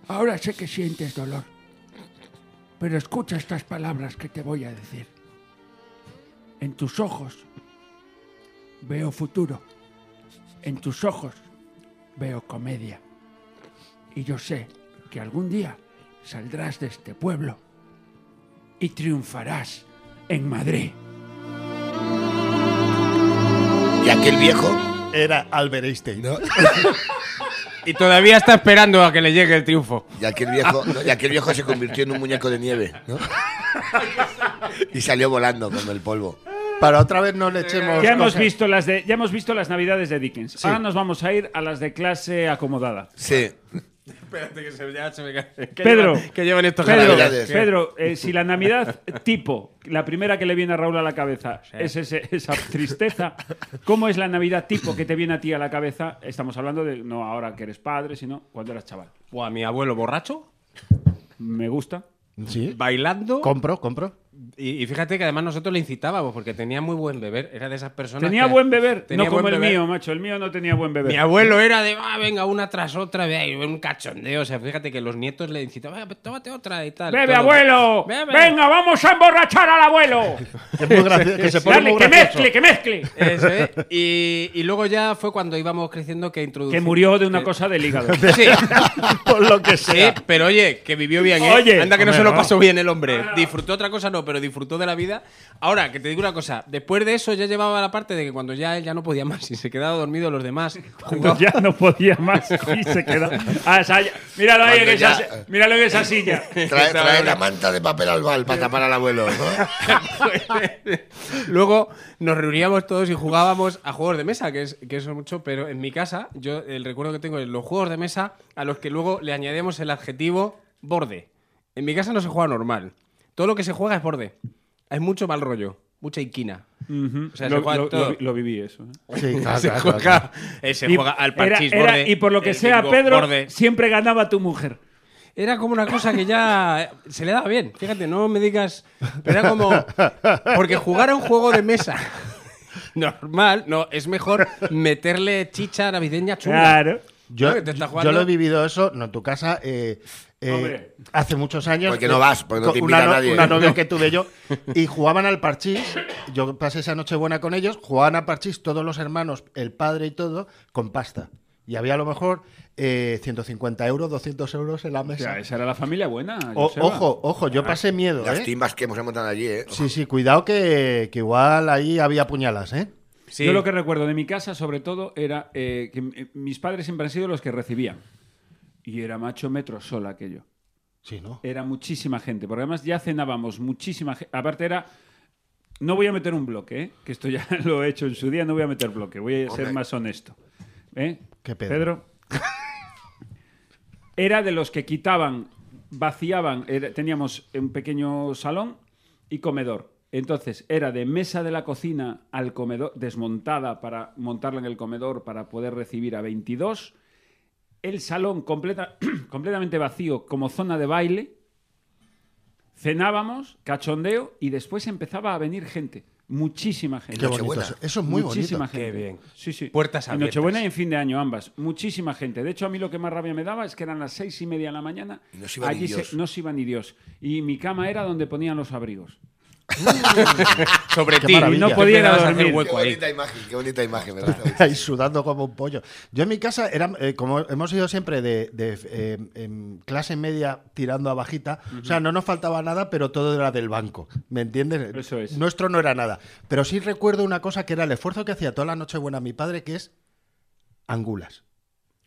Speaker 3: Ahora sé que sientes dolor. Pero escucha estas palabras que te voy a decir. En tus ojos veo futuro. En tus ojos veo comedia. Y yo sé que algún día saldrás de este pueblo y triunfarás en Madrid.
Speaker 7: Y aquel viejo.
Speaker 6: Era Albert Einstein.
Speaker 4: No.
Speaker 2: Y todavía está esperando a que le llegue el triunfo.
Speaker 7: Y aquel viejo, no, y aquel viejo se convirtió en un muñeco de nieve, ¿no? Y salió volando con el polvo.
Speaker 6: Para otra vez no le echemos.
Speaker 3: Ya hemos,
Speaker 6: cosas.
Speaker 3: visto las de, ya hemos visto las navidades de Dickens. Ahora nos vamos a ir a las de clase acomodada.
Speaker 7: Sí.
Speaker 2: Espérate que se, ya se me cae. ¿Qué
Speaker 3: Pedro.
Speaker 2: llevan- ¿Qué llevan estos
Speaker 3: Pedro,
Speaker 7: navidades.
Speaker 3: Pedro, eh, si la Navidad tipo, la primera que le viene a Raúl a la cabeza, es ese- esa tristeza, ¿cómo es la Navidad tipo que te viene a ti a la cabeza? Estamos hablando de no ahora que eres padre, sino cuando eras chaval.
Speaker 2: Buah, mi abuelo borracho,
Speaker 3: Me gusta.
Speaker 6: Sí.
Speaker 2: bailando.
Speaker 6: Compro, compro.
Speaker 2: Y, y fíjate que además nosotros le incitábamos porque tenía muy buen beber. Era de esas personas.
Speaker 3: Tenía
Speaker 2: que-
Speaker 3: buen beber,
Speaker 2: tenía
Speaker 3: no como
Speaker 2: buen
Speaker 3: el
Speaker 2: beber.
Speaker 3: mío, macho. El mío no tenía buen beber.
Speaker 2: Mi abuelo era de, ah, venga, una tras otra, ve ahí, un cachondeo. O sea, fíjate que los nietos le incitaban, "Ah, pues tómate otra y tal.
Speaker 3: ¡Bebe,
Speaker 2: todo.
Speaker 3: abuelo!
Speaker 2: Bebe.
Speaker 3: ¡Venga, vamos a emborrachar al abuelo!
Speaker 6: Es muy gracioso. que se pone
Speaker 3: Dale,
Speaker 6: muy
Speaker 3: que
Speaker 6: gracioso.
Speaker 3: mezcle, que mezcle!
Speaker 2: Eso, ¿eh? y, y luego ya fue cuando íbamos creciendo que
Speaker 3: Que
Speaker 2: introducimos.
Speaker 3: murió de una cosa del [laughs] hígado.
Speaker 2: [laughs] Sí,
Speaker 6: Por lo que
Speaker 2: sí,
Speaker 6: sea.
Speaker 2: pero oye, que vivió bien, ¿eh?
Speaker 3: Oye, Ah.
Speaker 2: Anda que no
Speaker 6: hombre,
Speaker 2: se lo
Speaker 6: no.
Speaker 2: pasó bien el hombre. Disfrutó otra cosa, no, pero disfrutó de la vida. Ahora, que te digo una cosa, después de eso ya llevaba la parte de que cuando ya él ya no podía más y se quedaba dormido los demás.
Speaker 3: Cuando
Speaker 2: jugaba-
Speaker 3: ya no podía más y se quedó. Ah, esa- míralo ahí en
Speaker 7: Cuando
Speaker 3: esa,
Speaker 7: ya-
Speaker 3: míralo en esa silla. [laughs]
Speaker 7: Trae,
Speaker 2: Estaba
Speaker 7: trae
Speaker 2: una-
Speaker 7: la manta de papel al bal para tapar al abuelo, ¿no?
Speaker 2: Luego nos reuníamos todos y jugábamos a juegos de mesa, que es que eso es mucho, pero en mi casa, yo el recuerdo que tengo es los juegos de mesa a los que luego le añadíamos el adjetivo borde. En mi casa no se juega normal. Todo lo que se juega es borde. Hay mucho mal rollo, mucha inquina. O sea, se
Speaker 3: lo,
Speaker 2: juega
Speaker 3: lo-
Speaker 2: todo.
Speaker 3: lo vi- lo viví eso.
Speaker 6: [laughs]
Speaker 3: ¿eh?
Speaker 6: Sí, claro,
Speaker 2: [laughs] se
Speaker 6: Ah, claro,
Speaker 2: juega,
Speaker 6: claro.
Speaker 2: eh, se
Speaker 3: Y
Speaker 2: juega al
Speaker 3: era-
Speaker 2: parchís
Speaker 3: era-
Speaker 2: borde,
Speaker 3: y por lo que
Speaker 2: el
Speaker 3: sea,
Speaker 2: típico
Speaker 3: Pedro,
Speaker 2: borde.
Speaker 3: siempre ganaba tu mujer.
Speaker 2: Era como una cosa que ya eh, se le daba bien. Fíjate, no me digas. Pero era como. Porque jugar a un juego de mesa [laughs] normal, no, es mejor meterle chicha navideña chunga.
Speaker 3: Claro.
Speaker 6: Yo,
Speaker 2: Claro, que te está
Speaker 6: yo
Speaker 2: jugando.
Speaker 6: lo he vivido eso, no en tu casa, eh, eh,
Speaker 3: Hombre.
Speaker 6: hace muchos años.
Speaker 7: Porque no vas, porque no
Speaker 6: con
Speaker 7: te invita
Speaker 6: una, no-
Speaker 7: nadie.
Speaker 6: Una novia que tuve
Speaker 7: [laughs]
Speaker 6: yo, y jugaban al parchís, yo pasé esa noche buena con ellos, jugaban al parchís todos los hermanos, el padre y todo, con pasta. Y había a lo mejor eh, 150 euros, 200 euros en la
Speaker 3: O sea,
Speaker 6: mesa.
Speaker 3: esa era la familia buena.
Speaker 6: O-
Speaker 3: Joseba.
Speaker 6: ojo, ojo, yo pasé miedo,
Speaker 7: Las
Speaker 6: ¿eh?
Speaker 7: timbas que hemos montado allí, ¿eh?
Speaker 6: Sí, sí, cuidado que, que igual ahí había puñalas, ¿eh?
Speaker 2: Sí.
Speaker 3: Yo lo que recuerdo de mi casa, sobre todo, era eh, que eh, mis padres siempre han sido los que recibían. Y era macho metro sola aquello.
Speaker 6: Sí, ¿no?
Speaker 3: Era muchísima gente, porque además ya cenábamos muchísima gente. Aparte era... No voy a meter un bloque, ¿eh? que esto ya [laughs] lo he hecho en su día, no voy a meter bloque, voy a ser más honesto. ¿Eh?
Speaker 6: ¿Qué Pedro?
Speaker 3: era de los que quitaban, vaciaban, era- teníamos un pequeño salón y comedor. Entonces era de mesa de la cocina al comedor, desmontada para montarla en el comedor para poder recibir a 22 el salón completa- [clears throat] completamente vacío como zona de baile, cenábamos, cachondeo, y después empezaba a venir gente. Muchísima gente.
Speaker 6: Qué bonito.
Speaker 7: Nochebuena.
Speaker 6: Eso es muy
Speaker 3: Muchísima
Speaker 6: bonito.
Speaker 3: gente.
Speaker 2: Qué bien.
Speaker 3: Sí, sí.
Speaker 2: Puertas
Speaker 3: En
Speaker 2: abiertas.
Speaker 3: Nochebuena y en fin de año, ambas. Muchísima gente. De hecho, a mí lo que más rabia me daba es que eran las seis y media de la mañana.
Speaker 7: Y no se iba ni Dios.
Speaker 3: no se iba ni Dios. Y mi cama era donde ponían los abrigos.
Speaker 2: sobre
Speaker 6: Qué
Speaker 2: ti.
Speaker 6: maravilla.
Speaker 3: Y no podía ir a
Speaker 2: Empezabas hacer
Speaker 3: dormir.
Speaker 7: Qué
Speaker 2: hueco ahí.
Speaker 7: bonita imagen, qué bonita imagen, ¿verdad?
Speaker 6: [laughs] ahí sudando como un pollo. Yo en mi casa era, eh, como hemos ido siempre de, de, eh, em, clase media tirando a bajita, o sea, no nos faltaba nada, pero todo era del banco, ¿me entiendes?
Speaker 3: Eso es.
Speaker 6: Nuestro no era nada. Pero sí recuerdo una cosa que era el esfuerzo que hacía toda la noche buena mi padre, que es angulas.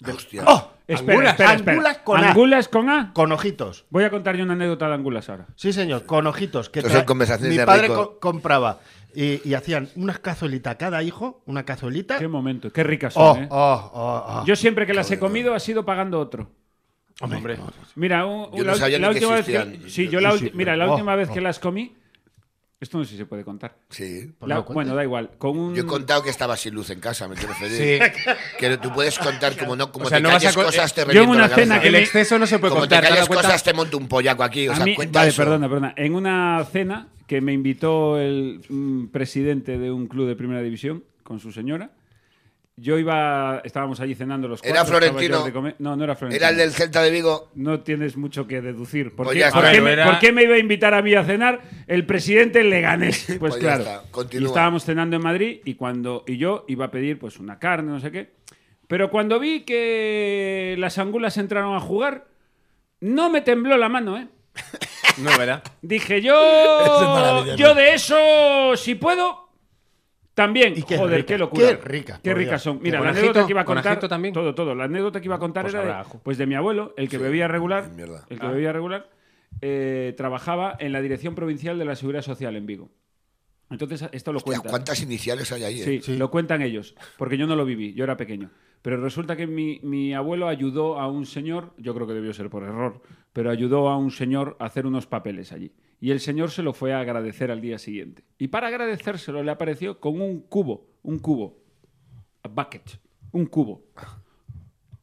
Speaker 7: Hostia.
Speaker 3: ¡Oh! Espera,
Speaker 2: Angulas.
Speaker 3: espera, espera.
Speaker 6: Angulas con A.
Speaker 3: Angulas con A.
Speaker 6: Con ojitos.
Speaker 3: Voy a contar yo una anécdota de Angulas ahora.
Speaker 6: Sí, señor, con ojitos. Que
Speaker 7: Esto
Speaker 6: tra-
Speaker 7: son conversaciones
Speaker 6: mi
Speaker 7: de
Speaker 6: padre
Speaker 7: rico.
Speaker 6: co- compraba y, y hacían unas cazuelitas cada hijo, una cazuelita.
Speaker 3: Qué momento, qué ricas son.
Speaker 6: Oh,
Speaker 3: ¿eh?
Speaker 6: oh,
Speaker 7: Ah.
Speaker 6: oh, oh.
Speaker 3: Yo siempre que las he comido ha sido pagando otro.
Speaker 2: Hombre.
Speaker 3: Mira, un-
Speaker 7: Yo
Speaker 3: la,
Speaker 7: no sabía
Speaker 3: la
Speaker 7: ni que
Speaker 3: última vez que,
Speaker 7: existían.
Speaker 3: sí,
Speaker 7: Yo-
Speaker 3: yo la
Speaker 6: sí,
Speaker 3: ulti-
Speaker 6: sí,
Speaker 3: mira, la
Speaker 6: pero-
Speaker 3: última
Speaker 6: oh,
Speaker 3: vez que
Speaker 6: oh.
Speaker 3: las comí, esto no sé si se puede contar.
Speaker 7: Sí.
Speaker 6: Pues
Speaker 3: La-
Speaker 6: no cuentes.
Speaker 3: bueno, da igual. Con un,
Speaker 7: Yo he contado que estaba sin luz en casa, me quiero
Speaker 2: Sí.
Speaker 7: referir. Que tú puedes contar como no, como
Speaker 2: O sea,
Speaker 7: te
Speaker 2: no vas a
Speaker 7: calles
Speaker 2: co-
Speaker 7: cosas, te
Speaker 3: eh, yo en
Speaker 7: reviento
Speaker 3: una
Speaker 7: la cabeza.
Speaker 3: cena que
Speaker 2: El
Speaker 3: me-
Speaker 2: exceso no se puede
Speaker 7: Como
Speaker 2: contar.
Speaker 7: te
Speaker 2: ¿te has dado
Speaker 7: calles
Speaker 2: cuenta?
Speaker 7: cosas, te monto un pollaco aquí. O
Speaker 3: A
Speaker 7: sea,
Speaker 3: mí-
Speaker 7: cuenta
Speaker 3: vale,
Speaker 7: eso.
Speaker 3: perdona, perdona. En una cena que me invitó el mm, presidente de un club de primera división con su señora, yo iba, estábamos allí cenando los
Speaker 7: Era
Speaker 3: cuatro, estaba
Speaker 7: Florentino.
Speaker 3: yo de comer- No, no era Florentino.
Speaker 7: Era el del Celta de Vigo.
Speaker 3: No tienes mucho que deducir. ¿Por,
Speaker 7: Pues
Speaker 3: qué,
Speaker 7: ya está.
Speaker 3: por qué
Speaker 2: Pero
Speaker 3: me,
Speaker 2: era-
Speaker 3: por qué me iba a invitar a mí a cenar el presidente
Speaker 7: [laughs]
Speaker 3: Leganés? Pues,
Speaker 7: ya
Speaker 3: claro.
Speaker 7: está,
Speaker 3: y
Speaker 7: continúa.
Speaker 3: estábamos cenando en Madrid y cuando y yo iba a pedir pues una carne, no sé qué. Pero cuando vi que las angulas entraron a jugar, no me tembló la mano, ¿eh?
Speaker 2: No, ¿verdad?
Speaker 6: [laughs]
Speaker 3: Dije yo, yo de eso, si puedo, También,
Speaker 6: Y qué
Speaker 3: joder,
Speaker 6: rica,
Speaker 3: qué locura.
Speaker 6: qué rica,
Speaker 3: Qué
Speaker 6: por Dios.
Speaker 3: ricas son. Mira,
Speaker 2: ¿Con
Speaker 3: la
Speaker 2: ajito?
Speaker 3: anécdota que iba a
Speaker 2: ¿Con
Speaker 3: contar.
Speaker 2: ajito también?
Speaker 3: Todo, todo. La anécdota que iba a contar
Speaker 2: Pues
Speaker 3: era
Speaker 2: habrá
Speaker 3: de,
Speaker 2: ajo.
Speaker 3: pues de mi abuelo, el que bebía regular.
Speaker 4: mi mierda.
Speaker 3: El que
Speaker 6: Ah.
Speaker 3: bebía regular. eh, trabajaba en la Dirección Provincial de la Seguridad Social en Vigo. Entonces, esto lo
Speaker 4: Hostia,
Speaker 3: cuenta.
Speaker 4: ¿Cuántas iniciales hay ahí? eh?
Speaker 3: Sí, lo cuentan ellos, porque yo no lo viví, yo era pequeño. Pero resulta que mi, mi abuelo ayudó a un señor, yo creo que debió ser por error, pero ayudó a un señor a hacer unos papeles allí. Y el señor se lo fue a agradecer al día siguiente. Y para agradecérselo le apareció con un cubo, un cubo, a bucket, un cubo,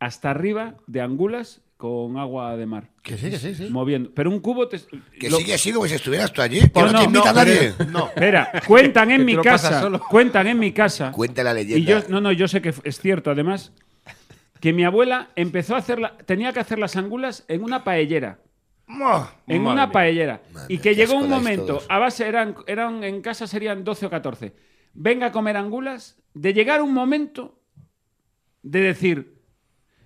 Speaker 3: hasta arriba de angulas con agua de mar,
Speaker 6: Que sí, que sí, sí.
Speaker 3: moviendo. Pero un cubo... te-
Speaker 4: Que
Speaker 3: lo-
Speaker 4: sigue así como si estuvieras tú allí. Que
Speaker 3: Yo
Speaker 4: no, te invita nadie.
Speaker 6: No.
Speaker 3: Espera,
Speaker 2: [laughs]
Speaker 3: cuentan
Speaker 2: Que
Speaker 3: en
Speaker 2: te
Speaker 3: mi
Speaker 2: lo pasas
Speaker 3: casa,
Speaker 2: solo.
Speaker 3: cuentan en mi casa
Speaker 4: Cuenta la
Speaker 3: Y
Speaker 4: leyenda.
Speaker 3: yo, no, no, yo sé que es cierto, además, que mi abuela empezó a hacer, la- tenía que hacer las angulas en una paellera. En
Speaker 2: Madre
Speaker 3: una
Speaker 2: mía.
Speaker 3: paellera.
Speaker 4: Madre
Speaker 3: y
Speaker 4: mía,
Speaker 3: que
Speaker 4: qué
Speaker 3: llegó
Speaker 4: asco
Speaker 3: un
Speaker 4: dais
Speaker 3: momento,
Speaker 4: todos.
Speaker 3: a base, eran, eran, en casa serían 12 o 14. Venga a comer angulas, de llegar un momento de decir,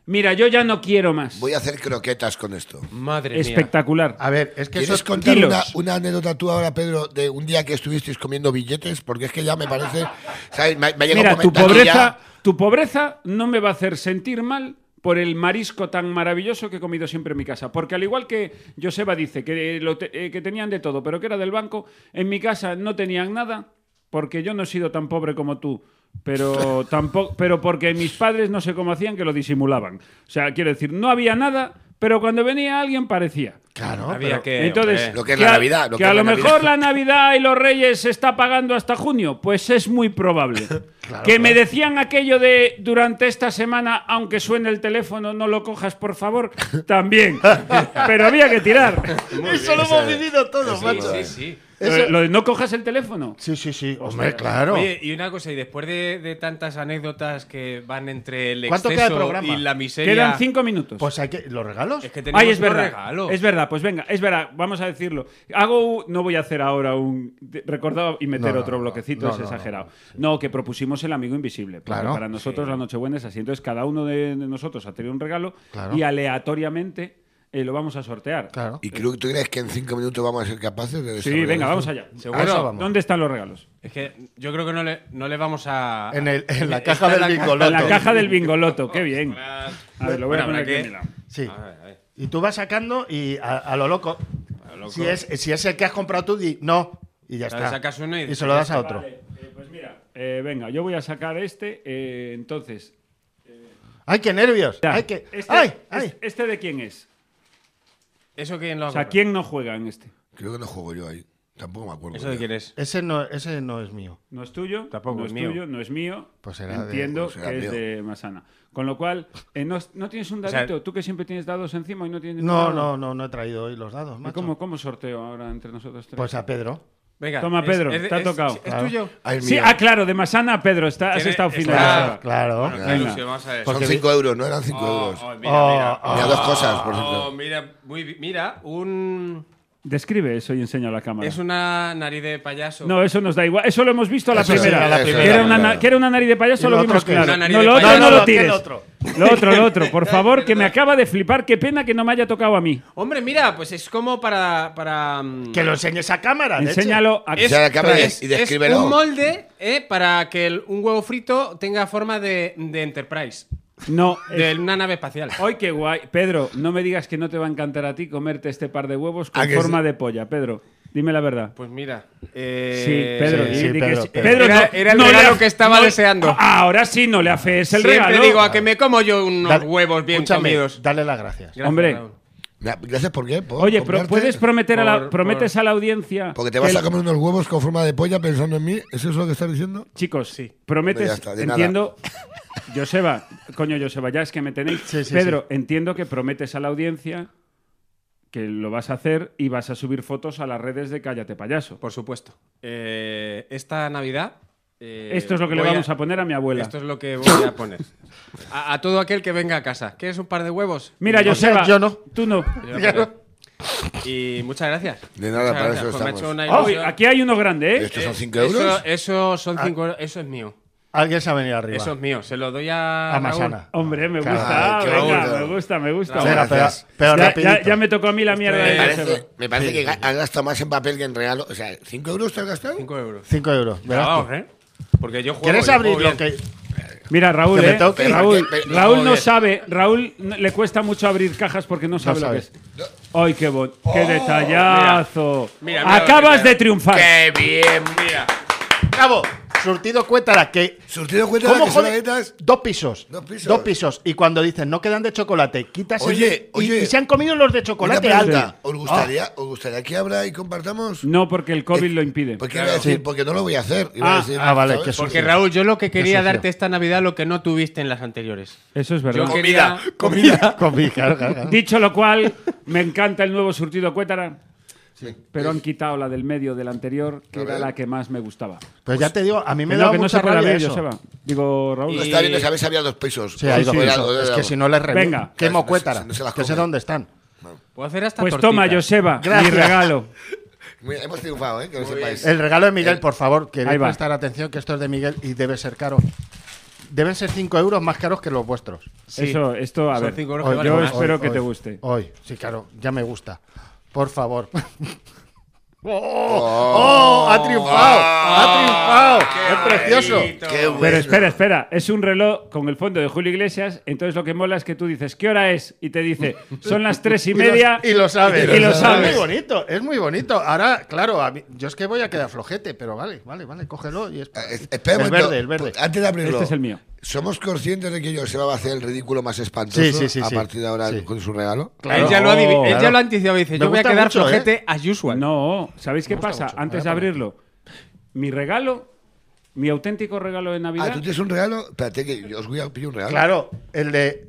Speaker 3: mira, yo ya no quiero más.
Speaker 4: Voy a hacer croquetas con esto.
Speaker 2: Madre
Speaker 3: Espectacular.
Speaker 6: A ver, es que eso
Speaker 4: ¿Quieres
Speaker 6: es
Speaker 4: contar
Speaker 3: kilos.
Speaker 4: una, una anécdota tú ahora, Pedro, de un día que estuvisteis comiendo billetes? Porque es que ya me parece. ¿sabes? Me, me ha llegado
Speaker 3: Mira,
Speaker 4: un
Speaker 3: tu
Speaker 4: comentario
Speaker 3: pobreza,
Speaker 4: ya-
Speaker 3: tu pobreza no me va a hacer sentir mal por el marisco tan maravilloso que he comido siempre en mi casa. Porque al igual que Joseba dice que, lo te- eh, que tenían de todo, pero que era del banco, en mi casa no tenían nada, porque yo no he sido tan pobre como tú. Pero tampoco, pero porque mis padres no sé cómo hacían que lo disimulaban. O sea, quiero decir, no había nada, pero cuando venía alguien parecía.
Speaker 6: Claro,
Speaker 2: Había
Speaker 6: pero-
Speaker 2: que.
Speaker 3: Entonces,
Speaker 2: hombre.
Speaker 4: Lo que es la
Speaker 3: a-
Speaker 4: Navidad, lo
Speaker 3: que
Speaker 4: que
Speaker 3: a
Speaker 4: es
Speaker 3: lo
Speaker 4: la
Speaker 3: mejor
Speaker 4: Navidad.
Speaker 3: la Navidad y los Reyes se está pagando hasta junio, pues es muy
Speaker 4: [laughs]
Speaker 3: probable. que me decían aquello de durante esta semana, aunque suene el teléfono, no lo cojas, por
Speaker 4: [laughs]
Speaker 3: favor, también. Pero había que tirar.
Speaker 6: Eso lo hemos vivido todos,
Speaker 2: Sí,
Speaker 6: macho.
Speaker 2: sí, sí.
Speaker 3: Eh, Lo de no cojas el teléfono.
Speaker 6: Sí, sí, sí. Hombre, claro.
Speaker 2: Oye, y una cosa, y después de, de tantas anécdotas que van entre el
Speaker 6: ¿Cuánto
Speaker 2: exceso
Speaker 6: queda de programa?
Speaker 2: y la miseria.
Speaker 3: Quedan cinco minutos.
Speaker 6: Pues hay que. ¿Los regalos?
Speaker 2: Es que tenemos
Speaker 3: Ay, es
Speaker 2: unos
Speaker 3: verdad.
Speaker 2: regalos.
Speaker 3: Es verdad, pues venga, es verdad, vamos a decirlo. Hago un- no voy a hacer ahora un de- recordado y meter
Speaker 6: No, no,
Speaker 3: otro
Speaker 6: no,
Speaker 3: bloquecito,
Speaker 6: no,
Speaker 3: es
Speaker 6: no, no,
Speaker 3: exagerado. No, que propusimos el amigo invisible. porque
Speaker 6: Claro.
Speaker 3: Para nosotros la Nochebuena es así. Entonces cada uno de de nosotros ha tenido un regalo
Speaker 6: Claro.
Speaker 3: y aleatoriamente eh, lo vamos a sortear.
Speaker 6: Claro.
Speaker 4: ¿Y creo, tú crees que en cinco minutos vamos a ser capaces de
Speaker 3: Sí,
Speaker 4: desarrollar
Speaker 3: venga,
Speaker 4: eso?
Speaker 3: vamos allá.
Speaker 6: A eso
Speaker 2: Seguro.
Speaker 6: vamos.
Speaker 3: ¿Dónde están los regalos?
Speaker 2: Es que yo creo que no le, no le vamos a.
Speaker 6: En, el- en
Speaker 2: [laughs]
Speaker 6: la
Speaker 2: Está
Speaker 6: caja
Speaker 2: en
Speaker 6: del
Speaker 2: la caja-
Speaker 6: bingoloto.
Speaker 3: En la caja del bingoloto, qué bien. A ver, lo voy a poner
Speaker 2: Bueno, habrá
Speaker 3: aquí a
Speaker 2: que-
Speaker 3: mi lado.
Speaker 6: Sí.
Speaker 2: A ver, a ver.
Speaker 6: Y tú vas sacando y a, a lo loco. Si es, si es el que has comprado tú, di no. Y ya
Speaker 2: Claro,
Speaker 6: está.
Speaker 2: sacas uno y-
Speaker 6: se lo das a otro.
Speaker 3: Vale, eh, pues mira, eh, venga, yo voy a sacar este. eh, entonces,
Speaker 6: ¡Ay, qué nervios!
Speaker 3: ya.
Speaker 6: ¡Ay, qué.
Speaker 3: Este-
Speaker 6: ¡Ay! ¡Ay!
Speaker 3: este- ¿Este de quién es?
Speaker 2: ¿Eso quién lo ha
Speaker 3: O sea,
Speaker 2: comprado?
Speaker 3: ¿quién no juega en este?
Speaker 4: Creo que no juego yo ahí. Tampoco me acuerdo.
Speaker 2: ¿Eso de
Speaker 4: ya.
Speaker 2: quién es?
Speaker 6: Ese, no, ese no es mío.
Speaker 3: No es tuyo.
Speaker 2: Tampoco
Speaker 3: no
Speaker 2: es mío.
Speaker 3: tuyo, no es mío.
Speaker 6: Pues será de-
Speaker 3: Entiendo
Speaker 4: pues será
Speaker 3: que es
Speaker 4: mío.
Speaker 3: de Masana. Con lo cual, eh, no, no tienes un
Speaker 2: O sea-
Speaker 3: dadito. Tú que siempre tienes dados encima y Este no tienes.
Speaker 6: No,
Speaker 3: ningún
Speaker 6: no,
Speaker 3: dado.
Speaker 6: no, no he traído hoy los dados,
Speaker 3: ¿Y
Speaker 6: macho.
Speaker 3: ¿Cómo, cómo sorteo ahora entre nosotros tres?
Speaker 6: Pues a Pedro.
Speaker 2: Venga.
Speaker 3: Toma,
Speaker 2: es-
Speaker 3: Pedro,
Speaker 2: es de-
Speaker 3: te ha
Speaker 2: es-
Speaker 3: tocado.
Speaker 2: ¿Es,
Speaker 6: Claro.
Speaker 2: tuyo?
Speaker 4: Ah, es
Speaker 3: sí,
Speaker 4: mío.
Speaker 3: ah, claro, de Masana a Pedro. Está, has
Speaker 2: Tiene-
Speaker 3: estado
Speaker 2: está-
Speaker 3: fino.
Speaker 6: Claro,
Speaker 2: Claro.
Speaker 6: claro.
Speaker 2: Bueno,
Speaker 3: Venga.
Speaker 2: qué ilusión, vamos a ver.
Speaker 4: Son cinco euros, no eran cinco
Speaker 3: Ah,
Speaker 4: euros.
Speaker 2: Oh, oh, mira,
Speaker 6: Oh,
Speaker 2: mira.
Speaker 6: oh.
Speaker 4: Mira, dos cosas, por
Speaker 2: Oh,
Speaker 4: cierto.
Speaker 2: mira, muy bi- mira, un
Speaker 3: Describe eso y enseña a la cámara.
Speaker 2: es una nariz de payaso.
Speaker 3: No, eso nos da igual. Eso lo hemos visto a la
Speaker 4: Eso
Speaker 3: primera.
Speaker 4: sí, la
Speaker 3: Que
Speaker 4: primera,
Speaker 3: era una,
Speaker 4: claro.
Speaker 3: na- que era una nariz de payaso,
Speaker 6: Y
Speaker 3: lo
Speaker 6: lo
Speaker 3: vimos
Speaker 6: otro que es
Speaker 3: claro.
Speaker 2: una nariz
Speaker 3: No,
Speaker 2: de
Speaker 3: lo otro
Speaker 2: payaso.
Speaker 3: no
Speaker 2: No,
Speaker 3: lo
Speaker 2: no,
Speaker 6: que el
Speaker 3: tires.
Speaker 6: otro.
Speaker 3: Lo otro, lo otro.
Speaker 2: [laughs]
Speaker 3: Por favor, que me acaba de flipar. Qué pena que no me haya tocado a mí.
Speaker 2: Hombre, mira, pues es como para para mm,
Speaker 6: Que lo enseñes a cámara, leche.
Speaker 3: Enséñalo a
Speaker 2: es,
Speaker 4: Ya la cámara
Speaker 2: es-
Speaker 4: y
Speaker 2: es
Speaker 4: descríbelo.
Speaker 2: un molde eh, para que el- un huevo frito tenga forma de, de Enterprise,
Speaker 3: No,
Speaker 2: de una nave espacial.
Speaker 3: Hoy qué guay. Pedro, no me digas que no te va a encantar a ti comerte este par de huevos
Speaker 4: ¿A
Speaker 3: con
Speaker 4: que sí?
Speaker 3: forma de polla, Pedro. Dime la verdad.
Speaker 2: Pues mira,
Speaker 3: Sí,
Speaker 2: eh,
Speaker 3: Pedro,
Speaker 6: sí,
Speaker 3: di-
Speaker 6: sí,
Speaker 3: di que
Speaker 6: Pedro,
Speaker 3: sí.
Speaker 6: Pedro.
Speaker 2: Era-
Speaker 3: no-
Speaker 2: era el
Speaker 3: no le
Speaker 2: regalo
Speaker 3: af-
Speaker 2: que estaba
Speaker 3: no-
Speaker 2: deseando.
Speaker 3: Ahora sí no le haces el
Speaker 2: siempre
Speaker 3: regalo.
Speaker 2: digo a que me como yo unos
Speaker 6: Dale-
Speaker 2: huevos bien
Speaker 6: escúchame,
Speaker 2: comidos.
Speaker 6: Dale las gracias.
Speaker 2: Gracias,
Speaker 3: Hombre.
Speaker 2: Raúl.
Speaker 4: Mira, Gracias por qué. Por
Speaker 3: Oye, pero
Speaker 4: comprarte.
Speaker 3: puedes prometer a la
Speaker 2: Por-
Speaker 3: prometes a la audiencia
Speaker 4: Porque te vas
Speaker 3: que-
Speaker 4: a comer unos huevos con forma de polla pensando en mí. ¿Es eso lo que estás diciendo?
Speaker 3: Chicos,
Speaker 2: Sí.
Speaker 3: prometes,
Speaker 4: Hombre, ya está, de nada.
Speaker 3: entiendo. [laughs] Joseba, coño, Joseba, ya es que me tenéis.
Speaker 6: Sí, sí,
Speaker 3: Pedro, entiendo que prometes a la audiencia que lo vas a hacer y vas a subir fotos a las redes de Cállate Payaso.
Speaker 2: Por supuesto. Eh, esta Navidad. eh,
Speaker 3: Esto es lo que le
Speaker 2: voy
Speaker 3: vamos a, poner a mi abuela.
Speaker 2: Esto es lo que voy a
Speaker 3: [laughs]
Speaker 2: poner. A, a todo aquel que venga a casa. ¿Quieres un par de huevos?
Speaker 3: Mira,
Speaker 6: O sea,
Speaker 3: Joseba,
Speaker 6: yo no.
Speaker 3: tú no.
Speaker 2: Yo lo pongo.
Speaker 3: [laughs]
Speaker 2: Y muchas gracias.
Speaker 4: De nada,
Speaker 2: Muchas
Speaker 4: para
Speaker 2: gracias.
Speaker 4: eso
Speaker 2: Pues me ha
Speaker 4: estamos.
Speaker 2: hecho una
Speaker 3: Oh,
Speaker 2: ilusión.
Speaker 3: aquí hay uno grande, ¿eh?
Speaker 4: ¿Estos son cinco
Speaker 2: Eso-
Speaker 4: euros? Ah.
Speaker 2: Eso son cinco euros. Eso es mío.
Speaker 6: Alguien se ha venido arriba.
Speaker 2: Eso es mío. Se lo doy a.
Speaker 6: a
Speaker 2: Ah, Raúl.
Speaker 6: Masana.
Speaker 3: Hombre, me
Speaker 6: Caray,
Speaker 3: gusta,
Speaker 4: qué
Speaker 3: venga,
Speaker 4: bonito.
Speaker 3: me gusta, me gusta.
Speaker 6: Venga, pero,
Speaker 4: gracias.
Speaker 6: pero
Speaker 3: Ya- ya,
Speaker 6: rapidito.
Speaker 3: ya me tocó a mí la mierda
Speaker 2: Esto
Speaker 3: de
Speaker 4: Me
Speaker 2: es-
Speaker 3: Joseba.
Speaker 4: parece, me parece que ga- has gastado más en papel que en regalo. O sea, ¿cinco euros te has gastado?
Speaker 2: Cinco euros.
Speaker 6: Cinco euros. verás tú.
Speaker 2: Vamos, ¿eh? Porque yo juego.
Speaker 6: ¿Quieres
Speaker 2: yo
Speaker 6: abrir
Speaker 2: juego
Speaker 6: lo
Speaker 2: bien.
Speaker 6: que.?
Speaker 3: Mira, Raúl,
Speaker 6: Que me
Speaker 3: eh,
Speaker 6: toque.
Speaker 3: Raúl,
Speaker 6: Pero, pero,
Speaker 3: Raúl no
Speaker 6: joder.
Speaker 3: sabe, Raúl no- le cuesta mucho abrir cajas porque no sabe lo que
Speaker 6: sabe.
Speaker 3: es. ¡Ay, qué, bon- qué detallazo!
Speaker 2: Mira, mira lo
Speaker 3: Acabas
Speaker 2: que
Speaker 3: de triunfar.
Speaker 7: ¡Qué bien!
Speaker 2: Mira.
Speaker 6: Bravo. Surtido Cuétara, que.
Speaker 4: Surtido cuenta de
Speaker 6: ¿Cómo
Speaker 4: que son
Speaker 6: joder?
Speaker 4: galletas.
Speaker 6: Dos pisos.
Speaker 4: Dos pisos.
Speaker 6: Y cuando dicen no quedan de chocolate, quitas el
Speaker 4: Oye,
Speaker 6: de- y-
Speaker 4: oye.
Speaker 6: Y, se han comido los de
Speaker 4: Una
Speaker 6: chocolate Ah,
Speaker 4: pregunta.
Speaker 6: alta.
Speaker 4: ¿Os gustaría, ¿Os gustaría que abra y compartamos?
Speaker 3: No, porque el COVID
Speaker 4: Eh,
Speaker 3: lo impide.
Speaker 4: Porque iba a decir,
Speaker 6: Sí.
Speaker 4: porque no lo voy a hacer. Iba a
Speaker 3: Ah,
Speaker 4: decir,
Speaker 6: ah, vale, que
Speaker 4: ¿sabes?
Speaker 2: Porque Raúl, yo lo que quería
Speaker 6: sucio.
Speaker 2: darte esta Navidad lo que no tuviste en las anteriores.
Speaker 3: Eso es
Speaker 2: Yo
Speaker 3: verdad.
Speaker 2: quería.
Speaker 6: Comida. [laughs] Comida, claro, claro, claro.
Speaker 3: Dicho lo cual, me encanta el nuevo surtido Cuétara. Pero han quitado la del medio del anterior, que era la que más me gustaba.
Speaker 6: Pero ya te digo, a mí me
Speaker 3: Que
Speaker 6: da
Speaker 3: no, que no
Speaker 6: mucha
Speaker 3: se puede
Speaker 6: rabia
Speaker 3: abrir,
Speaker 6: eso.
Speaker 3: Joseba. Digo, Raúl.
Speaker 4: Está bien, esa vez había dos pesos.
Speaker 6: Sí, hay
Speaker 4: Pues,
Speaker 6: dos
Speaker 4: era-
Speaker 6: pisos.
Speaker 4: era-
Speaker 6: Es que si no les reviento.
Speaker 3: Venga.
Speaker 6: Quemo
Speaker 4: No se-
Speaker 6: Cuétara.
Speaker 4: Pues, no se las
Speaker 6: que sé
Speaker 4: come.
Speaker 6: dónde están.
Speaker 2: Puedo hacer hasta
Speaker 3: Pues toma,
Speaker 2: tortitas.
Speaker 3: Joseba,
Speaker 6: Gracias.
Speaker 3: mi regalo.
Speaker 4: Mira, hemos triunfado, ¿eh? Que lo sepáis.
Speaker 6: El regalo de Miguel, por favor,
Speaker 3: Ahí
Speaker 6: queréis
Speaker 3: va.
Speaker 6: prestar atención que esto es de Miguel y debe ser caro. Deben ser 5 euros más caros que los vuestros.
Speaker 2: Sí.
Speaker 3: Eso, esto, a
Speaker 2: Son
Speaker 3: ver.
Speaker 2: cinco euros que
Speaker 6: Hoy,
Speaker 2: vale
Speaker 3: Yo
Speaker 2: más.
Speaker 3: espero
Speaker 6: hoy,
Speaker 3: que te
Speaker 6: hoy,
Speaker 3: guste.
Speaker 6: Hoy, sí, claro, ya me gusta. Por favor. [laughs]
Speaker 4: ¡Oh!
Speaker 6: ¡Oh! ¡Ha triunfado!
Speaker 4: Ah,
Speaker 6: ¡Ha triunfado! ¡Es precioso!
Speaker 4: ¡Qué bueno!
Speaker 3: Pero espera, espera, es un reloj con el fondo de Julio Iglesias, entonces lo que mola es que tú dices, ¿qué hora es? Y te dice, son las
Speaker 6: [laughs]
Speaker 3: tres y media.
Speaker 6: Y lo sabes.
Speaker 3: Y lo
Speaker 6: Es
Speaker 3: sabes.
Speaker 6: muy bonito, es muy bonito. Ahora, claro, a mí- yo es que voy a quedar flojete, pero vale, vale, vale, cógelo y es-
Speaker 4: Ah, es- espera un
Speaker 6: El
Speaker 4: momento. Ah.
Speaker 6: verde, el verde.
Speaker 4: Antes de abrirlo.
Speaker 3: Este es el mío.
Speaker 4: ¿Somos conscientes de que Joseba va a hacer el ridículo más espantoso
Speaker 6: Sí, sí, sí,
Speaker 4: a
Speaker 6: sí.
Speaker 4: partir de ahora
Speaker 6: Sí.
Speaker 4: con su regalo? Ah,
Speaker 6: Claro.
Speaker 2: Él ya lo ha divi- él ya
Speaker 6: Claro.
Speaker 2: lo ha anticipado. Dice:
Speaker 6: Me
Speaker 2: Yo voy a
Speaker 6: gusta
Speaker 2: quedar
Speaker 6: mucho, ¿eh?
Speaker 2: flojete as usual.
Speaker 3: No, ¿sabéis qué pasa?
Speaker 6: mucho.
Speaker 3: Antes de
Speaker 6: Vale, vale.
Speaker 3: abrirlo, mi regalo, mi auténtico regalo de
Speaker 4: Ah,
Speaker 3: Navidad.
Speaker 4: ¿tú tienes un regalo? Espérate, que yo os voy a pillar un regalo.
Speaker 6: Claro, el de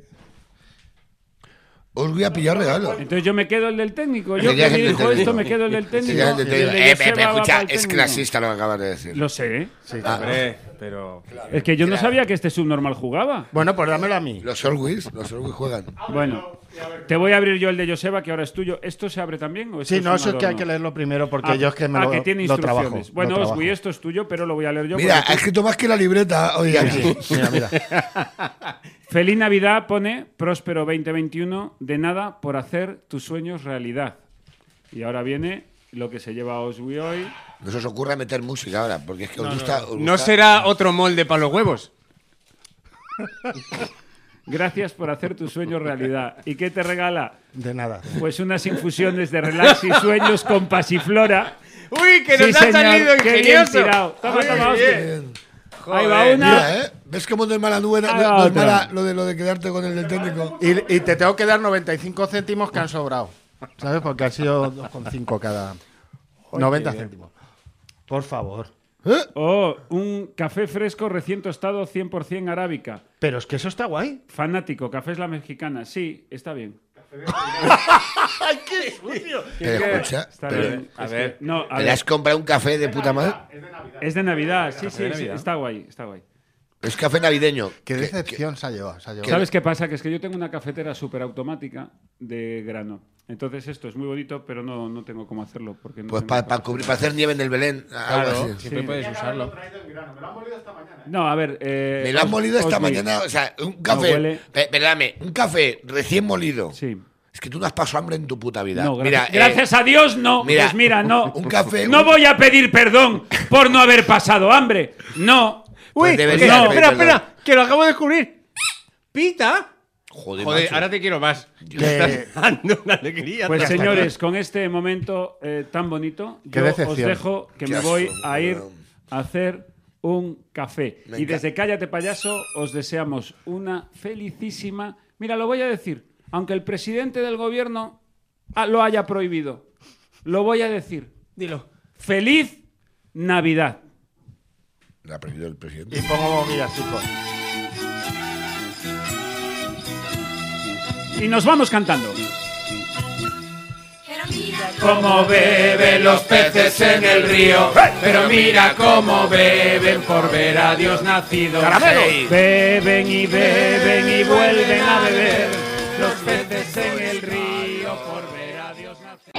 Speaker 4: Os voy a pillar regalo.
Speaker 3: Entonces yo me quedo el del técnico. Yo
Speaker 4: Sí,
Speaker 3: que
Speaker 4: ya
Speaker 3: me
Speaker 4: gente
Speaker 3: dijo
Speaker 4: te
Speaker 3: esto,
Speaker 4: digo.
Speaker 3: me quedo el del técnico.
Speaker 4: Sí, ya
Speaker 3: y
Speaker 4: te
Speaker 3: el de
Speaker 4: digo. Eh, eh,
Speaker 3: Joseba va
Speaker 4: escucha,
Speaker 3: pa'l
Speaker 4: es
Speaker 3: técnico.
Speaker 4: clasista lo que acabas de decir.
Speaker 3: Lo sé, ¿eh?
Speaker 4: Ah.
Speaker 2: Hombre, pero.
Speaker 3: Es que yo no sabía que este subnormal jugaba.
Speaker 6: Bueno, pues dámelo a mí.
Speaker 4: Los Orwis, los Orwis juegan.
Speaker 3: Bueno, te voy a abrir yo el de Joseba, que ahora es tuyo. ¿Esto se abre también? O esto
Speaker 6: Sí, no,
Speaker 3: un
Speaker 6: eso es que hay
Speaker 3: adorno?
Speaker 6: que leerlo primero porque
Speaker 3: Ah,
Speaker 6: yo es que me
Speaker 3: ah,
Speaker 6: lo,
Speaker 3: que tiene
Speaker 6: lo
Speaker 3: instrucciones.
Speaker 6: trabajo.
Speaker 3: bueno,
Speaker 6: lo trabajo.
Speaker 3: Oswi, esto es tuyo, pero lo voy a leer yo.
Speaker 4: Mira,
Speaker 3: porque
Speaker 4: ha escrito más que la libreta hoy aquí. [laughs]
Speaker 6: Mira, mira.
Speaker 3: Feliz Navidad pone Próspero 2021, de nada por hacer tus sueños realidad. Y ahora viene lo que se lleva a Oswi hoy.
Speaker 4: No se os ocurra meter música ahora, porque es que os gusta. os
Speaker 2: No
Speaker 4: gusta-
Speaker 2: será otro molde para los huevos.
Speaker 3: Gracias por hacer tus sueños realidad. ¿Y qué te regala?
Speaker 6: De nada.
Speaker 3: Pues unas infusiones de relax y sueños con pasiflora.
Speaker 2: ¡Uy, que
Speaker 3: Sí,
Speaker 2: nos ha
Speaker 3: señor,
Speaker 2: salido
Speaker 3: qué bien
Speaker 2: ingenioso!
Speaker 3: tirado. Toma,
Speaker 2: Muy
Speaker 3: toma,
Speaker 2: bien.
Speaker 3: Oscar. Ahí
Speaker 2: Joder.
Speaker 3: va una.
Speaker 4: Mira, ¿eh? ¿Ves cómo no es mala nube- no-
Speaker 3: Ah,
Speaker 4: no es
Speaker 3: otra.
Speaker 4: mala lo de, lo de quedarte con el del técnico?
Speaker 6: Y, y te tengo que dar 95 céntimos que han sobrado. ¿Sabes? Porque ha sido 2,5 cada. 90 céntimos. Por favor.
Speaker 3: Oh, un café fresco recién tostado 100% arábica.
Speaker 6: Pero es que eso está guay.
Speaker 3: Fanático, cafés la mexicana. Sí, está bien.
Speaker 4: Pero escucha,
Speaker 3: Está
Speaker 4: pero,
Speaker 3: bien.
Speaker 2: a
Speaker 3: Es
Speaker 2: ver.
Speaker 3: que- no, a
Speaker 4: ¿le
Speaker 3: ver.
Speaker 4: has comprado un café de puta madre?
Speaker 3: Es de Navidad, sí, sí,
Speaker 2: de
Speaker 3: sí,
Speaker 2: Navidad.
Speaker 3: está guay, está guay.
Speaker 4: Es café navideño.
Speaker 6: Qué
Speaker 4: Que-
Speaker 6: decepción se ha llevado. Se ha llevado.
Speaker 3: ¿Sabes qué pasa? Que es que yo tengo una cafetera súper automática de grano. Entonces esto es muy bonito, pero no, no tengo cómo hacerlo. Porque no
Speaker 4: Pues
Speaker 3: tengo
Speaker 4: para
Speaker 3: café.
Speaker 4: cubrir, para hacer nieve en el Belén, algo
Speaker 2: Claro,
Speaker 4: así.
Speaker 2: siempre puedes usarlo.
Speaker 3: No, a ver. eh,
Speaker 4: Me lo han
Speaker 3: os-
Speaker 4: molido esta
Speaker 3: os vi.
Speaker 4: mañana, o sea, un café.
Speaker 3: huele.
Speaker 4: pe- Perdóname, un café recién molido.
Speaker 3: Sí.
Speaker 4: Es que tú no has pasado hambre en tu puta vida.
Speaker 3: No,
Speaker 4: mira,
Speaker 3: gracias,
Speaker 4: eh,
Speaker 3: gracias a Dios, no.
Speaker 4: mira,
Speaker 3: pues mira, no.
Speaker 4: un café-
Speaker 3: No
Speaker 4: un-
Speaker 3: voy a pedir perdón por no haber pasado hambre. No.
Speaker 4: Pues
Speaker 2: ¡Uy!
Speaker 4: deberías
Speaker 2: que-
Speaker 4: de
Speaker 2: espera,
Speaker 4: pedirlo.
Speaker 2: espera, que lo acabo de descubrir. ¡Pita!
Speaker 4: eh, Joder,
Speaker 2: Joder,
Speaker 4: macho.
Speaker 2: ahora te quiero más.
Speaker 6: Que-
Speaker 2: Me estás dando una alegría.
Speaker 3: Pues
Speaker 2: tras-
Speaker 3: señores, con este momento eh, tan bonito,
Speaker 6: Qué
Speaker 3: yo os
Speaker 6: decepción.
Speaker 3: dejo que
Speaker 4: Qué
Speaker 3: me voy
Speaker 4: asco,
Speaker 3: a ir
Speaker 4: weón.
Speaker 3: a hacer un café.
Speaker 4: Me
Speaker 3: y
Speaker 4: encanta.
Speaker 3: desde Cállate Payaso os deseamos una felicísima... Mira, lo voy a decir, aunque el presidente del gobierno ah, lo haya prohibido, lo voy a decir.
Speaker 2: Dilo.
Speaker 3: ¡Feliz Navidad!
Speaker 4: La ha perdido el presidente.
Speaker 6: Y pongo villancicos.
Speaker 3: Y nos vamos cantando.
Speaker 9: Pero mira
Speaker 3: Como beben los peces en el río, pero mira cómo beben por ver a Dios nacido. Beben y beben y vuelven a beber los peces en el río por ver a Dios nacido.